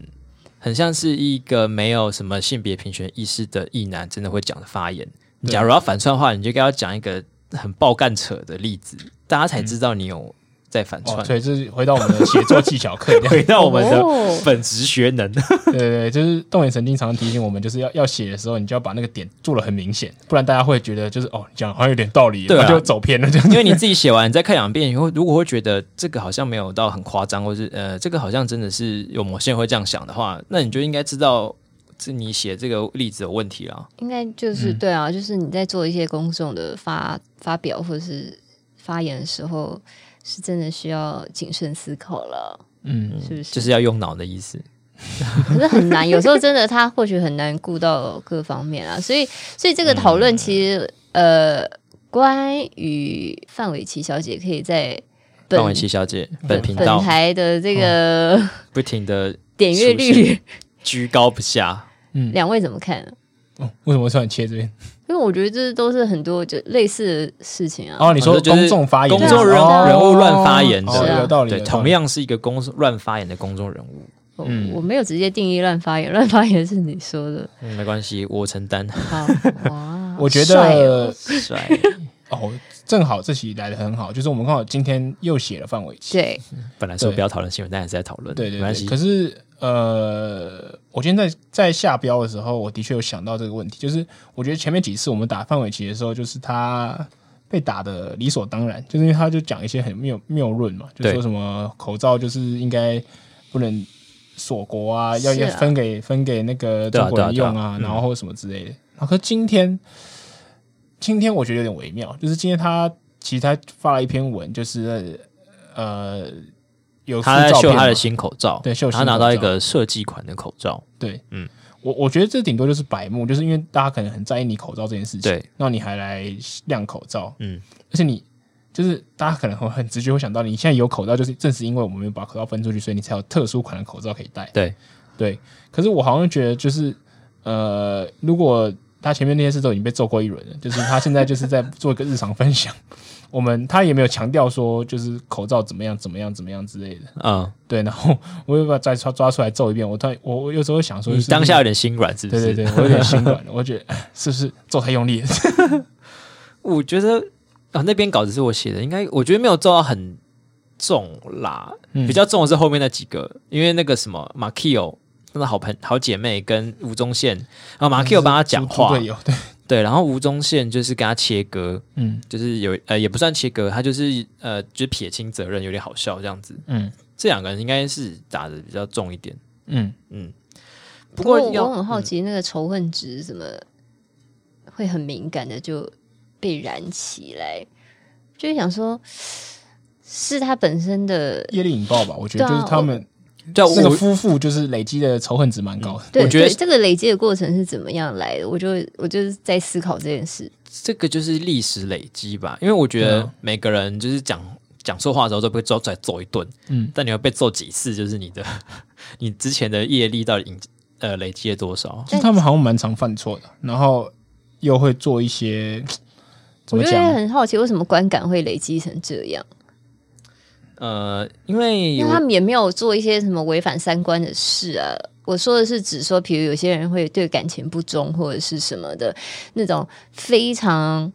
很像是一个没有什么性别平权意识的异男真的会讲的发言。你
对
假如要反串的话，你就给他讲一个很爆干扯的例子，大家才知道你有在反串。
哦，所以这是回到我们的写作技巧课，这样
回到我们
哦
的本职学能，
对对对，就是动眼神经常常提醒我们，就是要要写的时候，你就要把那个点做的很明显，不然大家会觉得就是哦，你讲好像有点道理，
对啊
然后就走偏了这样
因
子。
为你自己写完，你再看两遍以后，如果会觉得这个好像没有到很夸张，或是呃，这个好像真的是有某些人会这样想的话，那你就应该知道这你写这个例子有问题了。
应该就是、
嗯
对啊，就是你在做一些公众的发发表或者是发言的时候，是真的需要谨慎思考了，
嗯，
是不是？
就是要用脑的意思。
可是很难，有时候真的他或许很难顾到各方面啊，所以所以这个讨
嗯
论其实、呃，关于范玮琪小姐可以在本
范玮琪小姐本频
本
道嗯
台的这个、
不停的
点阅
出
率，
居高不下，
两位怎么看？
哦为什么突然切这边？
因为我觉得这都是很多就类似的事情啊。
哦，你说
就是
公众发言，
啊公众人
哦
人物乱发言
哦
是啊
的，
有道理。
对，
有道理
同，样是一个公众乱发言的公众人物，
我
嗯
我没有直接定义乱发言，乱发言是你 说的。
嗯没关系，我承担。
好哇
我觉
帅哦
得
帅，
哦，正好这期来的很好，就是我们刚好今天又写了范玮琪，
对，
本来说
对
不要讨论新闻，但还是在讨论，
对
没
对
关
对。
系
可。是呃，我今天在在下标的时候，我的确有想到这个问题，就是我觉得前面几次我们打范玮琪的时候，就是他被打的理所当然，就是因为他就讲一些很谬谬论嘛，就
对
说什么口罩就是应该不能锁国啊，要
是啊
要分给分给那个
对啊
中国人
对啊对啊
用啊，
嗯
然后或什么之类的。然后可是今天，今天我觉得有点微妙，就是今天他其实他发了一篇文，就是呃。有
他在
附照
秀
片
他
嘛
的新口罩，
对秀新
他拿到一
口罩
个设计款的口罩，
对，
嗯，
我我觉得这顶多就是白目，就是因为大家可能很在意你口罩这件事情，
对，
那你还来亮口罩，
嗯，
而且你就是大家可能会很直觉会想到，你现在有口罩，就是正是因为我们没有把口罩分出去，所以你才有特殊款的口罩可以戴，
对，
对。可是我好像觉得就是呃，如果他前面那些事都已经被揍过一轮了，就是他现在就是在做一个日常分享，我们他也没有强调说就是口罩怎么样怎么样怎么样之类的，
嗯，
对。然后我又把再抓抓出来揍一遍，我突然我我有时候会想说
你
是不是
当下有点心软，是不
对
是？
对对，我有点心软了，我觉得哎是不是做太用力了？
我觉得啊，那篇稿子是我写的，应该我觉得没有做到很重啦，
嗯
比较重的是后面那几个，因为那个什么马 k i o 那个好朋好姐妹跟吴宗宪，然后马 k i o 帮他讲
猪嗯
话
队，友， 对，
对，然后吴宗宪就是跟他切割，
嗯
就是有呃也不算切割，他就是呃就是撇清责任，有点好笑这样子。
嗯
这两个人应该是打的比较重一点，
嗯，
嗯。不
不过
过
我
要
我很好奇，那个仇恨值怎么会很敏感的就被燃起来？就是想说，是他本身的
业力引爆吧，我觉得
对
就
啊
是他们
对啊
那个
我嗯
夫妇就是累积的仇恨值蛮高的，
对
我觉得
对这个累积的过程是怎么样来的？我就我就是在思考这件事。
这个就是历史累积吧，因为我觉
对
得
啊
每个人就是讲讲错话的时候都被抓出来揍一顿，
嗯，
但你要被揍几次，就是你的 你之前的业力到底引呃累积了多少？
就是他们好像蛮常犯错的，然后又会做一些怎
我
么
就会
讲？
很好奇，为什么观感会累积成这样？
呃，因为
因为
我
他们也没有做一些什么违反三观的事啊。我说的是，指说，比如有些人会对感情不忠或者是什么的那种非常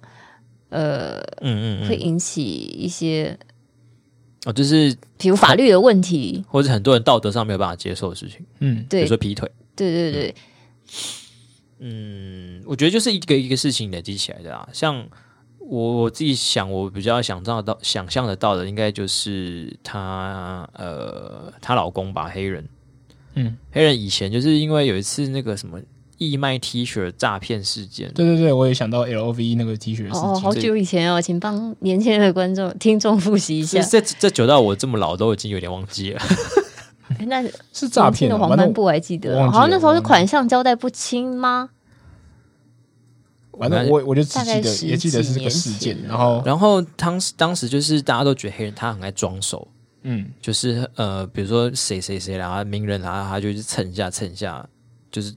呃，
嗯嗯
会
嗯，
引起一些
哦，就是
比如法律的问题，
或者很多人道德上没有办法接受的事情，
嗯，
比
对
如说
对
劈腿。
对对，
嗯，我觉得就是一个一个事情累积起来的啊。像我我自己想，我比较想象到、想象得到的，应该就是她呃，她老公吧，黑人。
嗯，
黑人以前就是因为有一次那个什么义卖 T 恤诈骗事件，
对对对，我也想到 L O V 那个 T 恤的事
哦，
情，
好久以前哦，请帮年轻的观众听众复习一下
这。这这久到我这么老都已经有点忘记了。
诶哎那
是诈
年轻
骗
的
啊，
黄
反
斑
正
部还记得
我忘
啊，
记
好像那
了
时候
我
是
忘
款项交代不清吗？
反正我我就只
大概
记得
十
也记得
几
是这个
年
事件，
前
然后
然后当时当时就是大家都觉得黑人他很爱装熟，
嗯
就是呃，比如说谁谁谁啦，名人啦，他就是蹭一下蹭一下，就是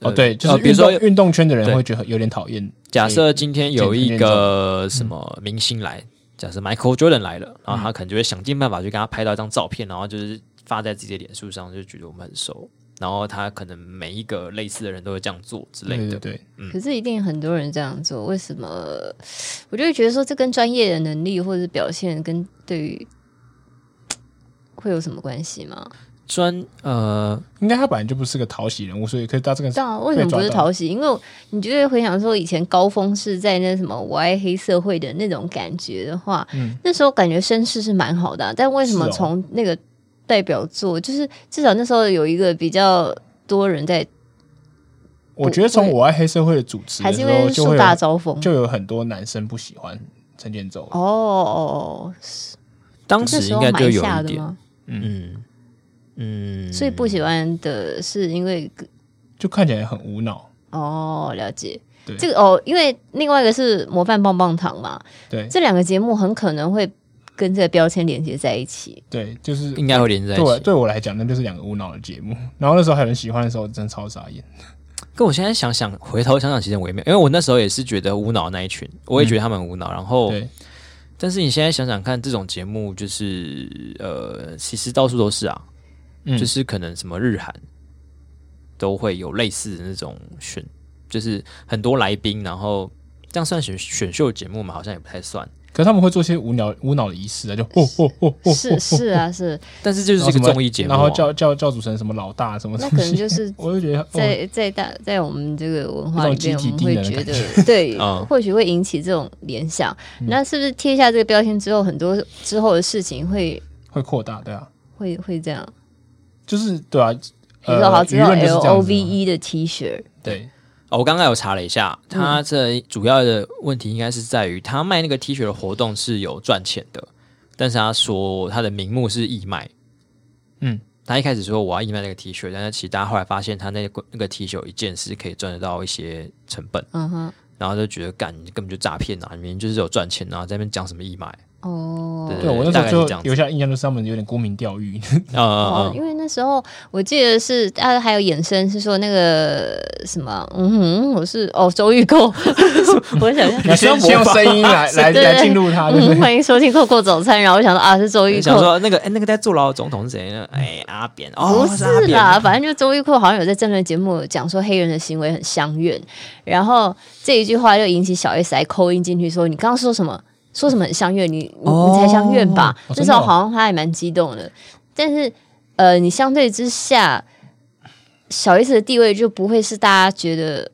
哦
呃
对，就
呃
是
比如
运
说
动运动圈的人
对
会觉得有点讨厌，
假设今天有一
简单
个什么明星来，假设 Michael Jordan 来了，然后他可能就会想尽办法去跟他拍到一张照片，然后就是发在自己的脸书上，就觉得我们很熟。然后他可能每一个类似的人都会这样做之类
对对
的。
对，
可是一定很多人这样做，为什么？我就会觉得说，这跟专业的能力或者是表现跟对于会有什么关系吗？
专呃，
应该他本来就不是个讨喜人物，所以可以搭这个
对啊，为什么不是讨喜？因为你就会回想说，以前高峰是在那什么“我爱黑社会”的那种感觉的话，
嗯
那时候感觉声势是蛮好的啊、但为什么
是哦
从那个代表作，就是至少那时候有一个比较多人在，
我觉得从我爱黑社会的主持
还
的
是
时
因为
候，就会
树
有
大招风？
就有很多男生不喜欢陈建州。
哦哦，
当
那
时
时
应
候
该就
埋
有
下
一
的
点，
吗？
嗯嗯，
所以不喜欢的是因为
就看起来很无脑。
哦，了解
对。
这个哦，因为另外一个是模范棒棒糖嘛，
对
这两个节目很可能会跟这个标签连接在一起。
对，就是
应该会连在一
对我
起。
对我来讲，那就是两个无脑的节目。然后那时候还有人喜欢的时候，真的超傻眼。
跟我现在想想，回头想想，其实我也没有，因为我那时候也是觉得无脑那一群，我也觉得他们很无脑。然后，
嗯对，
但是你现在想想看，这种节目就是呃，其实到处都是啊，
嗯
就是可能什么日韩都会有类似的那种选，就是很多来宾，然后这样算选选秀节目嘛？好像也不太算，
可是他们会做一些无脑无脑的仪式啊，就哦哦哦哦，
是是啊，是
但是就是一个
然后什么
综艺节目啊、
然后叫叫叫主持人什么老大什么
那
东
可能
西，
就是
我就觉得哦，
在在大在我们这个文化里面，
那种
我
集
们
体
会
低能的
觉
感觉啊嗯
得对
嗯，
或许会引起这种联想。那是不是贴下这个标签之后，很多之后的事情会
会扩大，对啊，
会会这样？
就是对啊，
比如说，好，
呃，
只
舆
有
论就是
L
这样
O
子
V
嘛。
E 的 T 恤，
对，
哦，我刚刚有查了一下，
嗯
他这主要的问题应该是在于他卖那个 T 恤的活动是有赚钱的，但是他说他的名目是义卖。
嗯，
他一开始说我要义卖那个 T 恤，但是其实大家后来发现他那个那个 T 恤一件是可以赚得到一些成本，
嗯哼，
然后就觉得干你根本就诈骗啊，你明明就是有赚钱啊，在那边讲什么义卖，
哦，
对
对我那
大概
时
是
候
这样
就留
子
下印象就是他们有点沽名钓誉，
哦，
呃，
因为那时候我记得是，啊，还有衍生是说那个什么，嗯哼，我是哦，周玉蔻，我想一下，
你先先用声音来来
对对
来进入他，就是
嗯，欢迎收听《扣扣早餐》，然后我想说啊，是周玉
想
蔻，
说那个哎、那个在坐牢的总统是谁呢？哎、阿扁哦，
不
是阿
是
扁
啦，反正就周玉蔻好像有在政论节目讲说黑人的行为很相怨，然后这一句话就引起小 S 来扣音进去说，你刚刚说什么？说什么很相怨？你你你才相怨吧？
哦
那时
真
候
的哦
好像他还蛮激动的，但是呃，你相对之下，小 S 的地位就不会是大家觉得。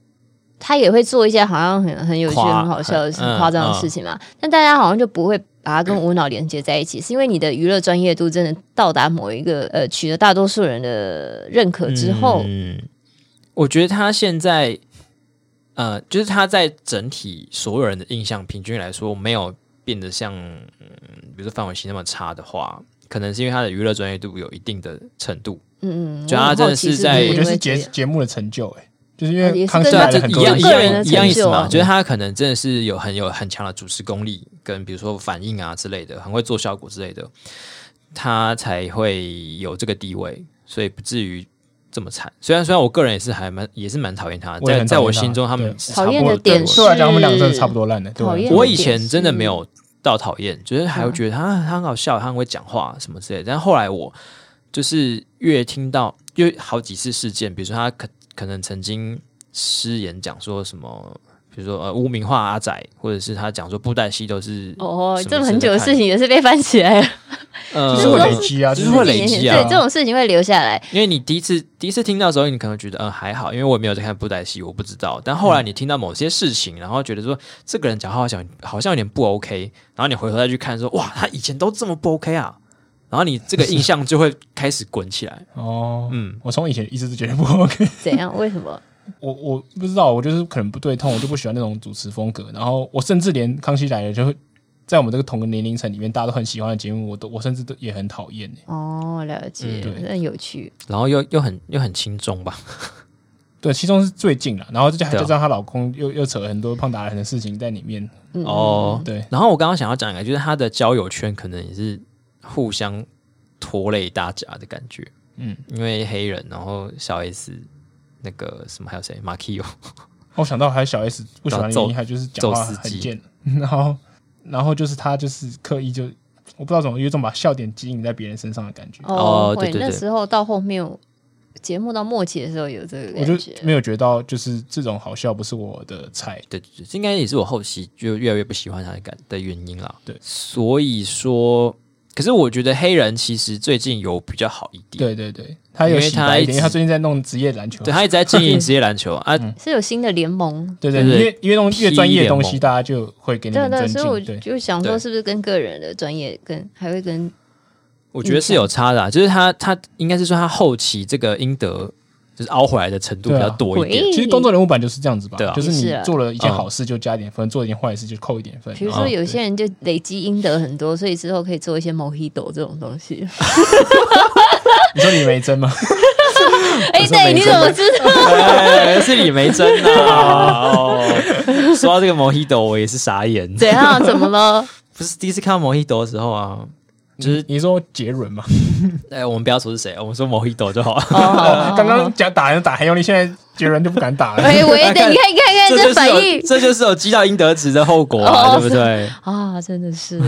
他也会做一些好像很很有趣、
夸
很好笑的事、
嗯
夸张的事情嘛，但大家好像就不会把它跟无脑连接在一起，是因为你的娱乐专业度真的到达某一个呃，取得大多数人的认可之后，
嗯，我觉得他现在，呃，就是他在整体所有人的印象平均来说，没有变得像，嗯、比如说范玮琪那么差的话，可能是因为他的娱乐专业度有一定的程度。
嗯嗯，
就他
我很
真的
好奇
是
是
在
我觉
不是因
得
为
是
这
节
样
节目的成就、欸，哎，就是因
啊
哦
为
也是
康熙
跟
来了
那这
很
一
多
样
人
一
个人
样
的
一样意思
成就
嘛，
啊
就是他可能真的是有很有很强的主持功力，跟比如说反应啊之类的，很会做效果之类的，他才会有这个地位，所以不至于这么惨。虽然虽然我个人也是还蛮也是蛮讨厌他，
我也
在
很
在
讨厌
我
他
心中他们
对
是
讨
差不
厌
多
的
对
点
我
是
对啊我来讲，他们两个真的差不多烂的，对啊我来
讨厌
说
我
的
以前真的
点是
没有到讨厌，就是还
嗯
会觉得他他很好笑，他很会讲话什么之类的。但后来我就是越听到，因为好几次事件，比如说他可可能曾经失言讲说什么，比比如说呃污名化阿仔，或者是他讲说布袋戏都是
哦，
什么
这么
时
很久的
看
事情，也是被翻起来了，
呃，
就是会累积啊，
就是会累积啊
对，这种事情会留下来。
因为你第一次第一次听到的时候，你可能觉得嗯还好，因为我也没有在看布袋戏，我不知道。但后来你听到某些事情，然后觉得说这个人讲话好像好像有点不 OK，然后你回头再去看说哇，他以前都这么不 OK 啊，然后你这个印象就会开始滚起来。
哦。
嗯，
我从以前一直都觉得不 OK，
怎样？为什 么？
我我不知道，我就是可能不对痛，我就不喜欢那种主持风格。然后我甚至连《康熙来了》就会在我们这个同个年龄层里面，大家都很喜欢的节目，我都我甚至都也很讨厌、欸。
哦，了解，
嗯对
很有趣。
然后又又很又很轻重吧，
对，其中是最近了，然后就还
对啊
加上她老公又又扯了很多胖达人的事情在里面。
嗯，
哦
对，
然后我刚刚想要讲一个，就是他的交友圈可能也是互相拖累大家的感觉，
嗯，
因为黑人，然后小 S 那个什么还有谁马 Q，
哦我想到还有小 S 不喜欢的原因，还就是讲话
揍司
很
机
贱，然后然后就是他就是刻意就我不知道怎么有一种把笑点吸引在别人身上的感觉，
哦对
会
对
那
对
时候到后面节目到末期的时候有这个
我就
感觉，
没有觉到就是这种好笑不是我的菜。
对对对，这应该也是我后期就越来越不喜欢他的感的原因啦。
对
所以说，可是我觉得黑人其实最近有比较好一点，
对对对，他有洗白一
因为他一直
点，因为他最近在弄职业篮球
对，。他一直在经营职业篮球啊，
嗯
是有新的联盟。
对对，
对对
因为因为弄越专业的东
霹雳联
西，
盟
大家就会给你
对
们
对，
尊
所以我
敬。对，
就想
对
说，是不是跟个人的专业跟还会跟
我觉得是有差的、啊，就是他他应该是说他后期这个英德就是凹回来的程度比较多一点。
对啊
其实公众人物版就是这样子吧
对啊，
就是
也
你
是啊
做了一件好事就加一点分，做了一件坏事就扣一点分。
比如
然
说，
嗯
后
有些人就累积阴德很多，所以之后可以做一些 mojito 这种东西。
对你说李梅 珍吗？
哎、对，你怎么知道？
哎是李梅 珍啊！哦，说到这个 Mojito，我也是傻眼。
怎样？怎么了？
不是第一次看到 Mojito 的时候啊，就是
你说杰伦吗？
哎、我们不要说是谁，我们说 Mojito 就好了。
哦，好
刚刚讲打人打黑用力，现在杰伦就不敢打了。
哎，我也得，你看，你看，你看
就
这反
是有
应
这就是有击到英德值的后果啊，
哦
对不对？
啊，真的是。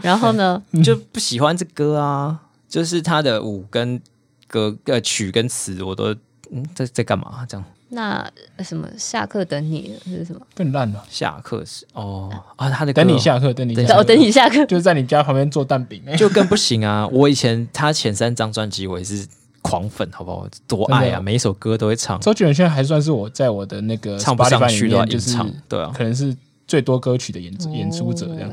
然后呢？
嗯
就不喜欢这歌啊，就是他的舞跟歌呃曲跟词我都嗯在在干嘛？这样
那什么下课等你是什么？
更烂了。
下课时哦啊他的歌
等你下课，等你
等
下课
一下
哦，等你下课。
就是在你家旁边做蛋饼、欸。
就更不行啊！ 我以前他前三张专辑我也是狂粉，好不好？多爱
真的
啊，
哦
每一首歌都会唱，
周杰伦现在还算是我在我的那个
唱不上
Spotify
去
里
都要
面，
硬
就是
唱，对啊。
可能是最多歌曲的演
哦
出演出者这样。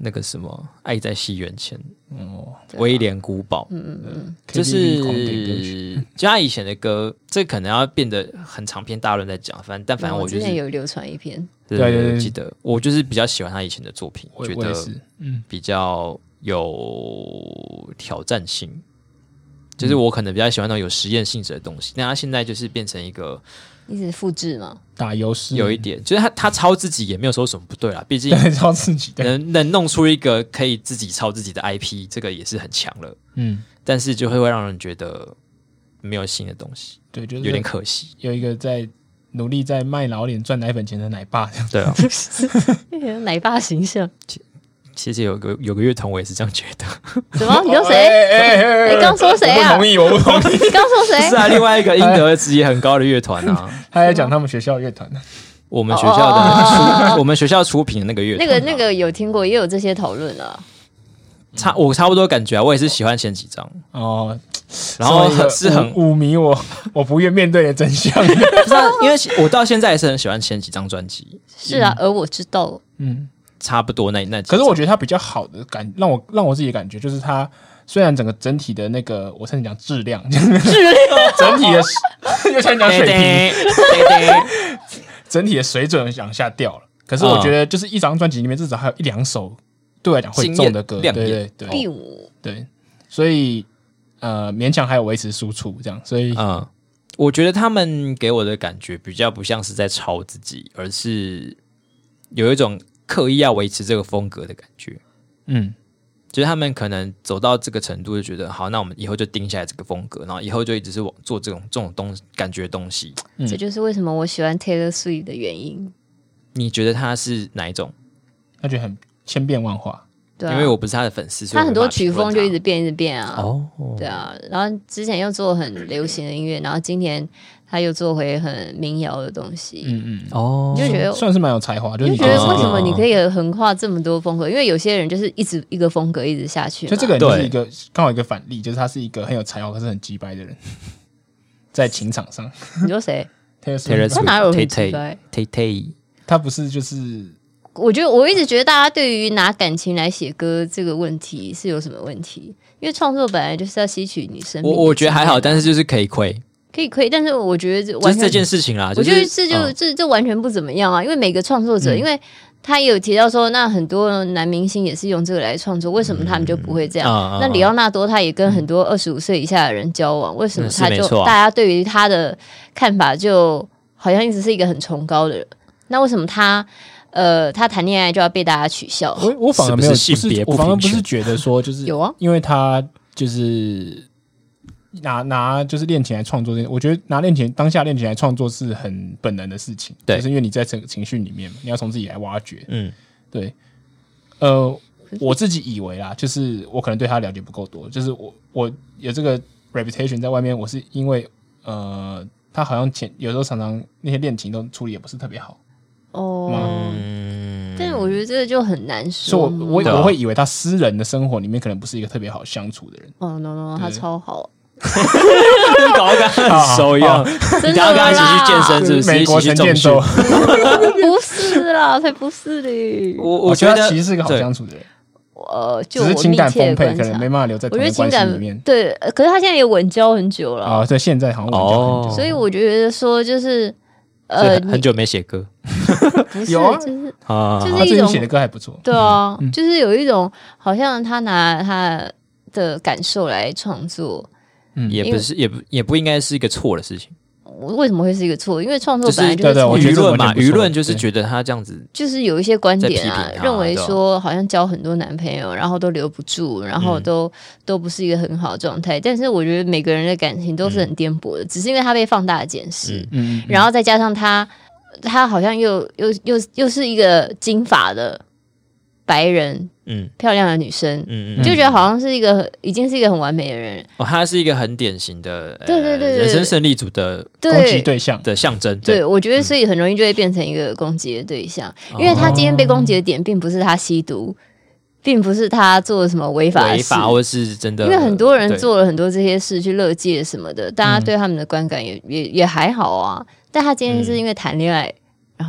那个什么《爱在西元前》
哦，
威廉古堡，
嗯嗯嗯，
就
KTV 狂点歌曲
是 就他以前的歌，这可能要变得很长篇大论在讲，反正但反正
我
我就
之
是
前有流传一篇，
对
对
对
对
对，
对
记得我就是比较喜欢他以前的作品，
我
觉
我也
得
是，嗯，
比较有挑战性。就是我可能比较喜欢那种有实验性质的东西，但他现在就是变成一个
一直复制嘛。
打油诗
有一点，就是他他抄自己也没有说什么不对啦，毕竟
对 超刺激的，
能能弄出一个可以自己抄自己的 IP，这个也是很强了。
嗯，
但是就会会让人觉得没有新的东西，
对，就是
有点可惜。
有一个在努力在卖老脸赚奶粉钱的奶爸，
对啊，
奶爸形象？
其实有个有个乐童我也是这样觉得。
什么？你说
哎
谁？
哎哎哎哎
你刚说谁
我不
啊
同意，我不 同意。
你刚说谁
是？啊，另外一个英德值也很高的乐团啊。
他在讲他们学校乐团，
我们学校
哦哦
的出，我们学校出品的那个乐
那
团
个
啊，
那个有听过，也有这些讨论啊。
差我差不多感觉啊，我也是喜欢前几张，
哦，
然
身
后
为一个嗯
是很
舞舞迷我，我不愿面对的真相。
不知道，因为我到现在也是很喜欢前几张专辑，
是啊，而我知道，
嗯，
差不多那那几
可
张。
是我觉得它比较好的感，让我让我自己的感觉就是它虽然整个整体的那个，我甚至讲质量，
是
整体的又想讲水 平，
对对
整体的水准往下掉了。可是
嗯
我觉得就是一张专辑里面至少还有一两首对我来讲会中的歌，
经
对
验亮
对
眼
对
第五
对，所以呃勉强还有维持输出这样，所以
嗯，我觉得他们给我的感觉比较不像是在抄自己，而是有一种刻意要维持这个风格的感觉。
嗯
就是他们可能走到这个程度，就觉得好，那我们以后就定下来这个风格，然后以后就一直是往做这种这种东感觉的东西。
嗯
这就是为什么我喜欢 Taylor Swift 的原因。
你觉得他是哪一种？
那就很千变万化。
对啊，
因为我不是他的粉丝，所以
他
我
很
没办
多
法评
曲
论
风就
他
一直变，一直变啊。
哦，
对啊，然后之前又做很流行的音乐，然后今年他又做回很民谣的东西，
嗯嗯，
哦
你就觉得
算是蛮有才华，就
就是觉得
哦
为什么你可
以？
以横跨这么多风格？因为有些人就是一直一个风格一直下去嘛，
就这个人就是
对
一个刚好一个反例，就是他是一个很有才华，可是很鸡掰的 人，在情场上。
你说谁？
Taylor
Taylor
Swift，
他
Swift
哪有很
Tay
奇
Tay
怪？
Tay Tay，
他不是就是
我觉得我一直觉得大家对于拿感情来写歌这个问题是有什么问题？因为创作本来就是要吸取你生
我
命的
我觉得还好，
经验
但是就是可以亏，
可以可以，但是我觉得
就
完
是
全
这件事情啦。
我觉
是
得这就、
嗯
这这完全不怎么样啊，因为每个创作者，因为他也有提到说，那很多男明星也是用这个来创作，为什么他们就不会这样？
嗯嗯嗯嗯
那里奥纳多他也跟很多二十五岁以下的人交往，为什么
嗯是
他
没
就、
错啊
大家对于他的看法就好像一直是一个很崇高的人？那为什么他呃他谈恋爱就要被大家取笑？
哦
我我反而没有
是不是性别
不
不
是，我反而
平
不
权
是觉得说就是
有啊，
因为他就是拿拿就是恋情来创作这件，我觉得拿恋情当下恋情来创作是很本能的事情，
对
就是因为你在情情绪里面嘛，你要从自己来挖掘，
嗯，
对，呃，我自己以为啦，就是我可能对他了解不够多，就是我我有这个 reputation 在外面，我是因为呃，他好像前有时候常常那些恋情都处理也不是特别好，
哦，
嗯
但是我觉得这个就很难
所以
说
我
嘛。
我
对啊
我会以为他私人的生活里面可能不是一个特别好相处的人。
哦 no no，no，他
嗯
对
超好，
搞 得跟他很熟一
哦
样。你
真
等下
的啦，
跟他一起去健身，是不是？
美
一
国
起去
陈建
重训
州？，
不是啦，才不是嘞。
我
我
我
觉
觉
得
得
哦他其实是一个好
对
相处的人，
呃，就
只
我
是情感
密切
丰
的
沛，
观
可能
察
没办法留在
我
同
觉得
一个关
情
系里
感
面
对，呃可是他现在也稳交很久了，
啊。对，现在好像我们
哦
就很
所以我觉得说就是
所以
呃，
很很久没写歌
你不是
有啊
就是
啊，
就是
他最
一
近
种
写的歌还不错，
对啊，
嗯
就是有一种好像他拿他的感受来创作，
也不是也不也不应该是一个错的事情。
我为什么会是一个错？因为创作
就是
本来就
对
是
对我
从
觉得
舆论嘛，
这完全不错
舆论就是觉得他这样子，
就是有一些观点啊
在批评，他
认为
对啊嗯
说好像交很多男朋友，然后都留不住，然后都、都不是一个很好的状态。但是我觉得每个人的感情都是很颠簸的，只是因为他被放大检视，
嗯
嗯，
然后再加上他，他好像又又又又是一个金发的白人
嗯
漂亮的女生，
嗯
你
嗯，
就觉得好像是一个已经是一个很完美的人，
哦，他是一个很典型的，呃
对对对对
人生胜利组的
攻击
对。
对象，
的象征。
对，，我觉得所以很容易就会变成一个攻击的对象，
嗯
因为他今天被攻击的点并不是他吸毒，并不是他做了什么违法的
哦违
事，
法或是真的，
因为很多人
对嗯
做了很多这些事去乐界什么的，大家对他们的观感也、也也还好啊。但他今天
嗯
是因为谈恋爱，然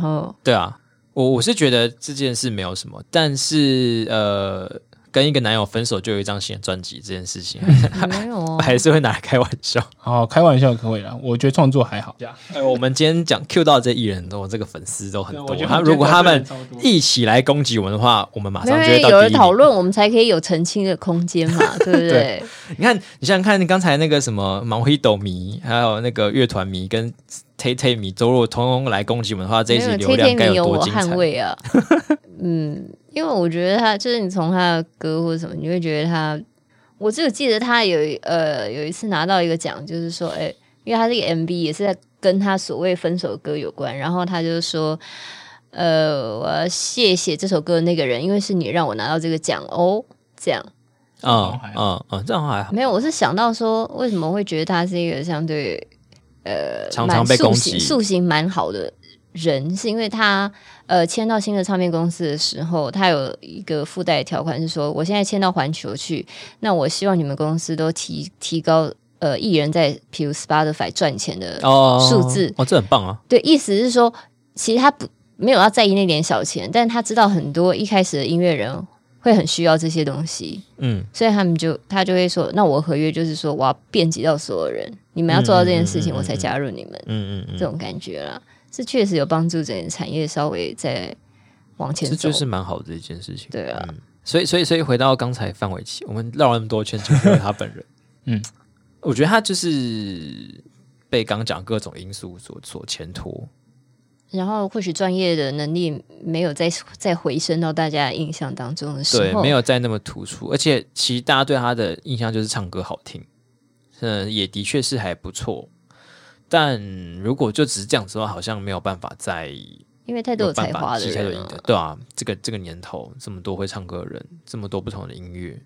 后
对啊，我我是觉得这件事没有什么，但是呃，跟一个男友分手就有一张新的专辑这件事情，
没有啊，
还是会拿来开玩笑。
好，哦开玩笑可以啦，我觉得创作还好。
哎， 我们今天讲 Q 到这艺人都，这个粉丝都很
对我
多
觉得，
他
我觉得
如果他们
超多
一起来攻击我们的话，我们马
因
上就会
为
到
有
第
了
一
讨
名。
论，我们才可以有澄清的空间嘛，对不对？
你看，你想想看，刚才那个什么毛黑斗迷，还有那个乐团迷跟 Tay Tay 迷，都如果通通来攻击我们的话，这一集
没有
流
天
量
天
该
你有
多
我
精彩
捍？卫啊， 嗯，因为我觉得他就是你从他的歌或者什么，你会觉得他，我只有记得他有一呃有一次拿到一个奖，就是说，哎、因为他这个 MV 也是在跟他所谓分手的歌有关，然后他就说。呃，我要谢谢这首歌的那个人，因为是你让我拿到这个奖哦。这样
嗯嗯嗯，这样还好，
没有，我是想到说，为什么会觉得他是一个相对
常
蛮
常被攻击
塑形。塑形蛮好的人，是因为他呃签到新的唱片公司的时候，他有一个附带条款是说，我现在签到环球去，那我希望你们公司都提提高呃艺人在譬如 Spotify 赚钱的、
哦，
数字
哦，这很棒啊！
对，意思是说，其实他不没有要在意那点小钱，但他知道很多一开始的音乐人会很需要这些东西，
嗯，
所以他们就他就会说，那我合约就是说我要遍及到所有人，你们要做到这件事
嗯嗯
情，
嗯嗯
我才加入你们。
嗯嗯嗯，
这种感觉啦，是确实有帮助整个产业稍微再往前
这
走。
就是蛮好的一件事情。
对啊
嗯所以所以所以回到刚才范玮琪，我们绕了那么多圈，就回到他本人。
嗯，
我觉得他就是被刚讲各种因素所所牵拖。
然后或许专业的能力没有再再回升到大家的印象当中的时
对，
候，
没有再那么突出，而且其实大家对他的印象就是唱歌好听，嗯，也的确是还不错。但如果就只是这样子的话，好像没有办法再
因为太多
有
有才
办法
华的
激太多
人
赢
啊、
得，对啊，这个这个年头，这么多会唱歌的人，这么多不同的音乐，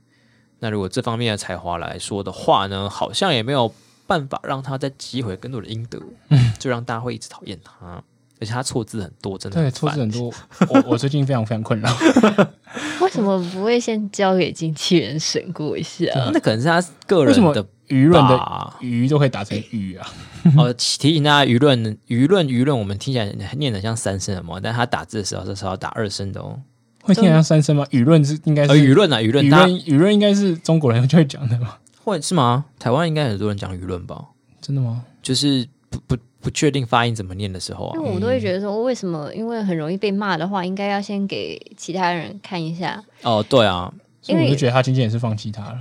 那如果这方面的才华来说的话呢，好像也没有办法让他再积回更多的阴德。
嗯
就让大家会一直讨厌他。而且他错字很多，真的
对，
错
错字很多，我我最近非常非常 困扰。
为什么不会先交给经纪人审过 一下？
那可能是他个
为什
人
么
的
舆论的
吧
舆都可以打成语啊？
哦，提醒大家，舆论舆论舆论，我们听起来念的像三声的嘛，但他打字的时候是是要打二声的哦。
会听起来像三声吗？舆论是应该是
呃，舆论啊，舆论，
舆
大
论
家
舆论应该是中国人就会讲的吧？
会是吗？台湾应该很多人讲舆论吧，
真的吗？
就是不不不确定发音怎么念的时候啊
因为，我们都会觉得说，为什么？因为很容易被骂的话，应该要先给其他人看一下。
哦，对啊，
所以我
因
就
为
觉得他今天也是放弃他了。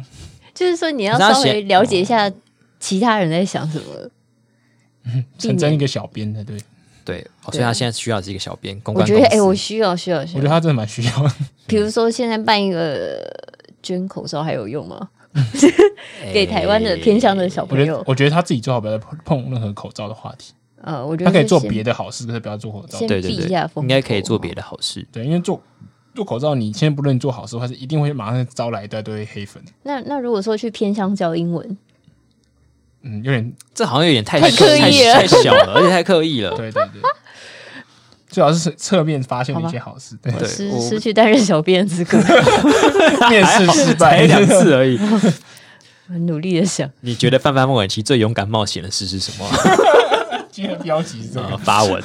就是说，你要
可是他
稍微
写哦
了解一下其他人在想什么。
成真一个小编的，对
对，哦
对
所以他现在需要的是一个小编，公
我
关
觉得，哎、我
公司。
需要，需要，
我
需
觉得
要。
他真的蛮需要 的。
比如说，现在办一个捐口罩还有用吗？
哎
给台湾的偏乡的小
我
朋
觉得
友，
我觉得他自己最好不要再碰碰任何口罩的话题，
呃，我觉得
他可以
是
做
先
别的好事，可是不要做口罩
先。
对对
避一下
对，
风
应该可以
头啊
做别的好事。
对，因为做做口罩，你现在不论做好事的话，是一定会马上招来一大堆黑粉。
那那如果说去偏乡教英文，
嗯，有点
这好像有点太
太刻意了
太太小了，而且太刻意了。
对对对，最好是侧面发现了一些好事。对，
对
失
我
失去担任小编资格，
面试失败
才两次而已。
我努力的想，
你觉得范范莫尔奇最勇敢冒险的事是什么？
今天的标题是这
呃
个。
发文。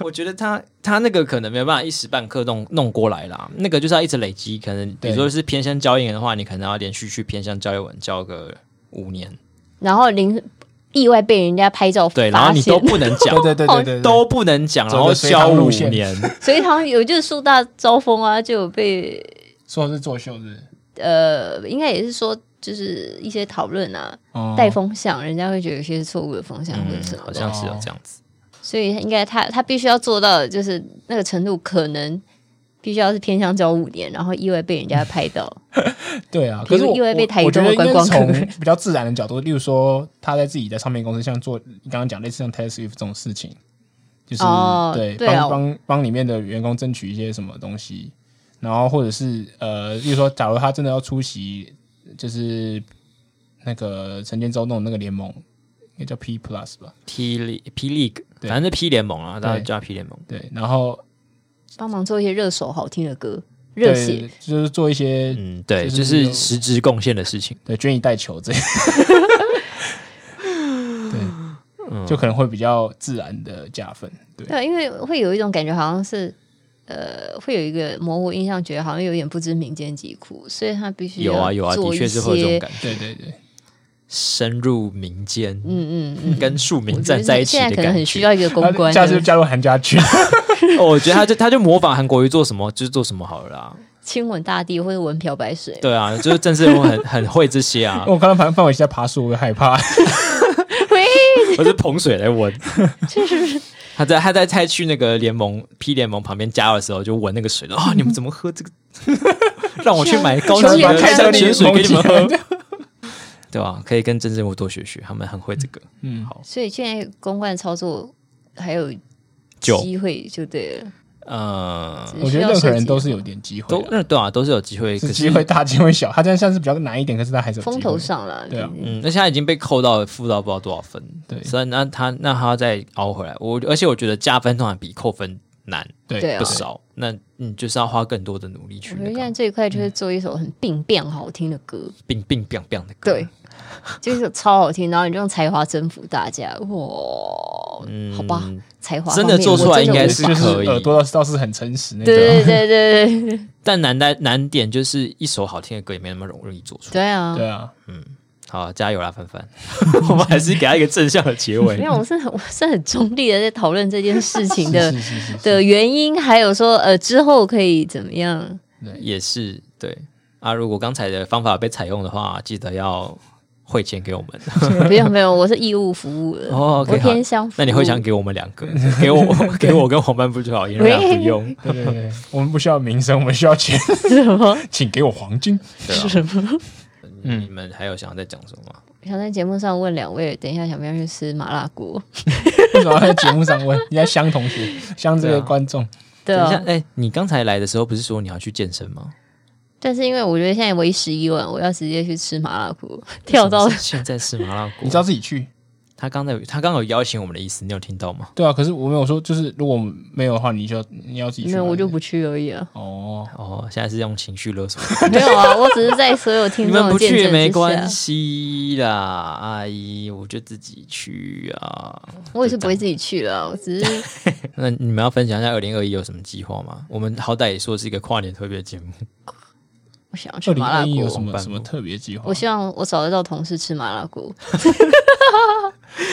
我觉得他他那个可能没有办法一时半刻弄弄过来啦，那个就是要一直累积。可能比
对
如说是偏向教英文的话，你可能要连续去偏向教英文教个五年，
然后零意外被人家拍照
对，然
发
后你
现
都，不 能讲
对，对对对对对，
都不能讲，
走
然
个
后
隋
教
唐路
五
线
年，
所以他们有就是树大招风啊，就有被
说是作秀是不是
呃，应该也是说就是一些讨论啊，
哦
带风向，人家会觉得有些是错误的风向或者
嗯
什，么
好
的，
像是有这样子。
所以应该他他必须要做到的就是那个程度，可能必须要是偏向教五年，然后意外被人家拍到，
对啊，
比
可
如
是我
因为被
我
台
我
中
觉
的
得应
观
该
光
是
客
从比较自然的角度，例如说他在自己的唱片公司，像做你刚刚讲类似像 Taylor Swift 这种事情，就是、
哦
对
对
帮
啊
帮帮里面的员工争取一些什么东西，然后或者是呃，例如说，假如他真的要出席，就是那个陈建州弄的那个联盟，应该叫 P Plus 吧？
霹雳霹雳，
对
反正是 P 联盟啊，大家
对
叫 P 联盟。
对，然后
帮忙做一些热手好听的歌，热血
对，就是做一些、
嗯，对，
就是
就是
有
实质贡献的事情。
对捐一袋球这 样。
嗯
对，就可能会比较自然的加分。对，
对啊，因为会有一种感觉，好像是呃，会有一个模糊印象，觉得好像有点不知民间疾苦，所以他必须
有啊有啊，的
做一
确是会有这种
些
感觉，
对对对，
深入民间，
嗯嗯嗯，
跟庶民
我觉
站
得
在一起
现在
的
可能很
感
需
觉。
要一 个公关
下次就
的
加入韩家军，
哦我觉得他就他就模仿韩国瑜做什么就是做什么好了啦。
亲吻大地或者闻漂白水，
对啊，就是政治人物很 很会这些啊，
我看到范范伟在爬树，我会害怕。
喂，
我是捧水来闻。
这是不是
他在他在他去那个联盟 P 联盟旁边加的时候，就闻那个水了啊！你们怎么喝这个？ 让我去买高
球
级
员
啊
的
开车
山泉水给你们喝
里，
对吧、可以跟政治人物多学学，他们很会这个。
嗯，
所以现在公关操作还有
酒
机会就对了，
呃，
只
我
需
觉得
要
任何
设
人
计
都是有点机会
都
的，
那对啊，都是有机会，可
是
是
机会大机会小。他这样算是比较难一点，可是他还是有机会
风头。上了，
对啊
嗯，而且他已经被扣到负到不知道多少分，
对
所以那他那他要再熬回来，我而且我觉得加分通常比扣分难
对
对啊
不少，那你就是要花更多的努力去
我觉
那
得现在
个
最快就是做一首很病变好听的歌，
并并并并的歌，
对，就是一首超好听，然后你就用才华征服大家，哇，
嗯
好吧，才华
真的做出来应该是
就
可
是
可以
耳朵倒是倒是很诚实那种。
对对对对对对
但难在难点就是一首好听的歌也没那么容易做出来。
对啊！
对啊，
好，加油啦，凡凡！我们还是给他一个正向的结尾。
没有，我是很我是很中立的在讨论这件事情
是
的
是是是，
的原因，还有说呃之后可以怎 么样？
也是对啊，如果刚才的方法被采用的话，记得要汇钱给我们。
没有没有，我是义务服务的，
哦
我
，OK，好
偏向服务。
那你汇钱给我们两个，给我给我跟黄斑部就好，因为
喂
两个不用。
对对对，我们不需要名声，我们需要钱，
什么？
请给我黄金。
对啊，
什么？
你们还有想要再讲什么吗？
想在节目上问两位，等一下想不想去吃麻辣锅？
为什么要在节目上问？你在香同 学，香这
对
个
啊
观众，
对
等一
啊
下，，哎、你刚才来的时候不是说你要去健身吗？
但是因为我觉得现在为时已晚，我要直接去吃麻辣锅，跳
什
到
么时候现在吃麻辣锅，
你知道自己去，
他刚才有他刚刚有邀请我们的意思，你有听到吗？
对啊，可是我没有说，就是如果没有的话，你就要你要自己去
没
买。
有，我就不去而已 啊。
哦，
哦，现在是用情绪勒 索，
没有啊，我只是在所有
你
听众
们
的
不
见
去也
证
没
之
关
下，
系啦，阿姨，我就自己去啊。
我也是不会自己去了啊。我只是
那你们要分享一下二零二一有什么计划吗？我们好歹也说是一个跨年特别节目，
我想要
二
去
零
麻辣
二一
锅
有，什么
办
什么
过
特别计划
我？希望我找得到同事吃麻辣锅。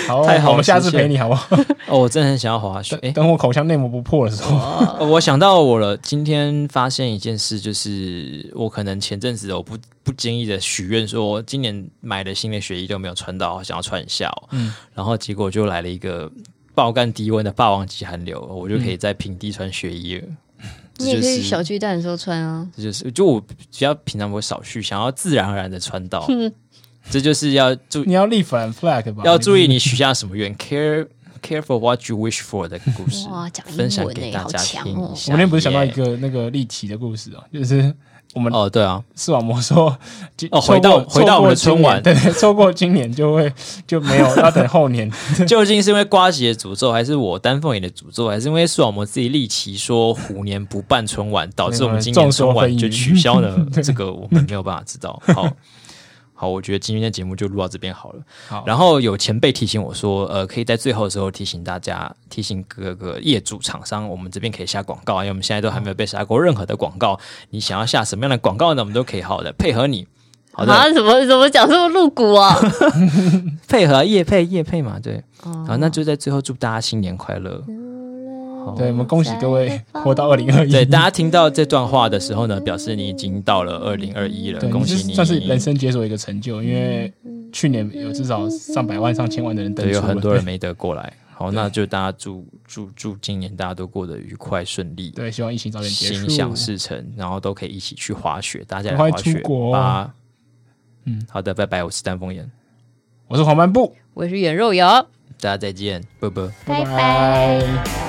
好，
太好
我们下次
实现
陪你好不好？
哦，我真的很想要滑雪。 诶
等我口腔内膜不破的时候，
哦我想到我了，今天发现一件事，就是我可能前阵子哦我不不经意的许愿说，今年买的新的雪衣都没有穿到，想要穿一下、哦，
嗯
然后结果就来了一个爆干低温的霸王级寒流，我就
嗯
可以在平地穿雪衣了。这
你也
就
可以
是
小巨蛋的时候穿啊。
这就是就我比较平常不会少去，想要自然而然的穿到， 这就是要注
嗯你要立反 flag 吧？
要注意
你
你许下什么愿，care care for what you wish for 的故事
哇讲，英文
分享
呢
欸
给大
好
家
强
听
哦
一
我
下。
们那天不是想到一
耶
个那个立体的故事哦，就是 我们
哦，对啊，
视网膜说，今
哦
错
回到
过
回到我们的
错过
春晚
今年 对，对错过今年就会就没有，要等后 年。
究竟是因为瓜姐的诅咒，还是我丹凤眼的诅咒，还是因为视网膜自己立旗说虎年不办春晚，导致我们今年春晚就取消呢？ 这个我们没有办法知道。 好。好，我觉得今天的节目就录到这边好了。
好
然后有前辈提醒我说，呃，可以在最后的时候提醒大家，提醒各个业主厂商，我们这边可以下广告，因为我们现在都还没有被下过任何的广告。你想要下什么样的广告呢？我们都可以好好的配合你。好的，
啊，怎么怎么讲这么露 骨啊？
配合啊叶配叶配嘛，对。
哦
好，那就在最后祝大家新年快乐。好
对，我们恭喜各位活到二零二一。
对，大家听到这段话的时候呢，表示你已经到了二零二一了，
对，
呃恭
你
喜
是
你，
算是人生解锁一个成就，因为去年有至少上百万、上千万的人登
对，
出
有
了，
很多人没得过来。好，那就大家祝祝祝今年大家都过得愉快顺利，
对，希望疫情早点结束
心。想事成，然后都可以一起去滑雪，大家
赶
来
快
滑雪
出国
吧。
嗯，
好的，拜拜，我是丹凤眼，
我是黄斑布，
我是袁肉瑶。
大家再见，啵啵。
拜拜
拜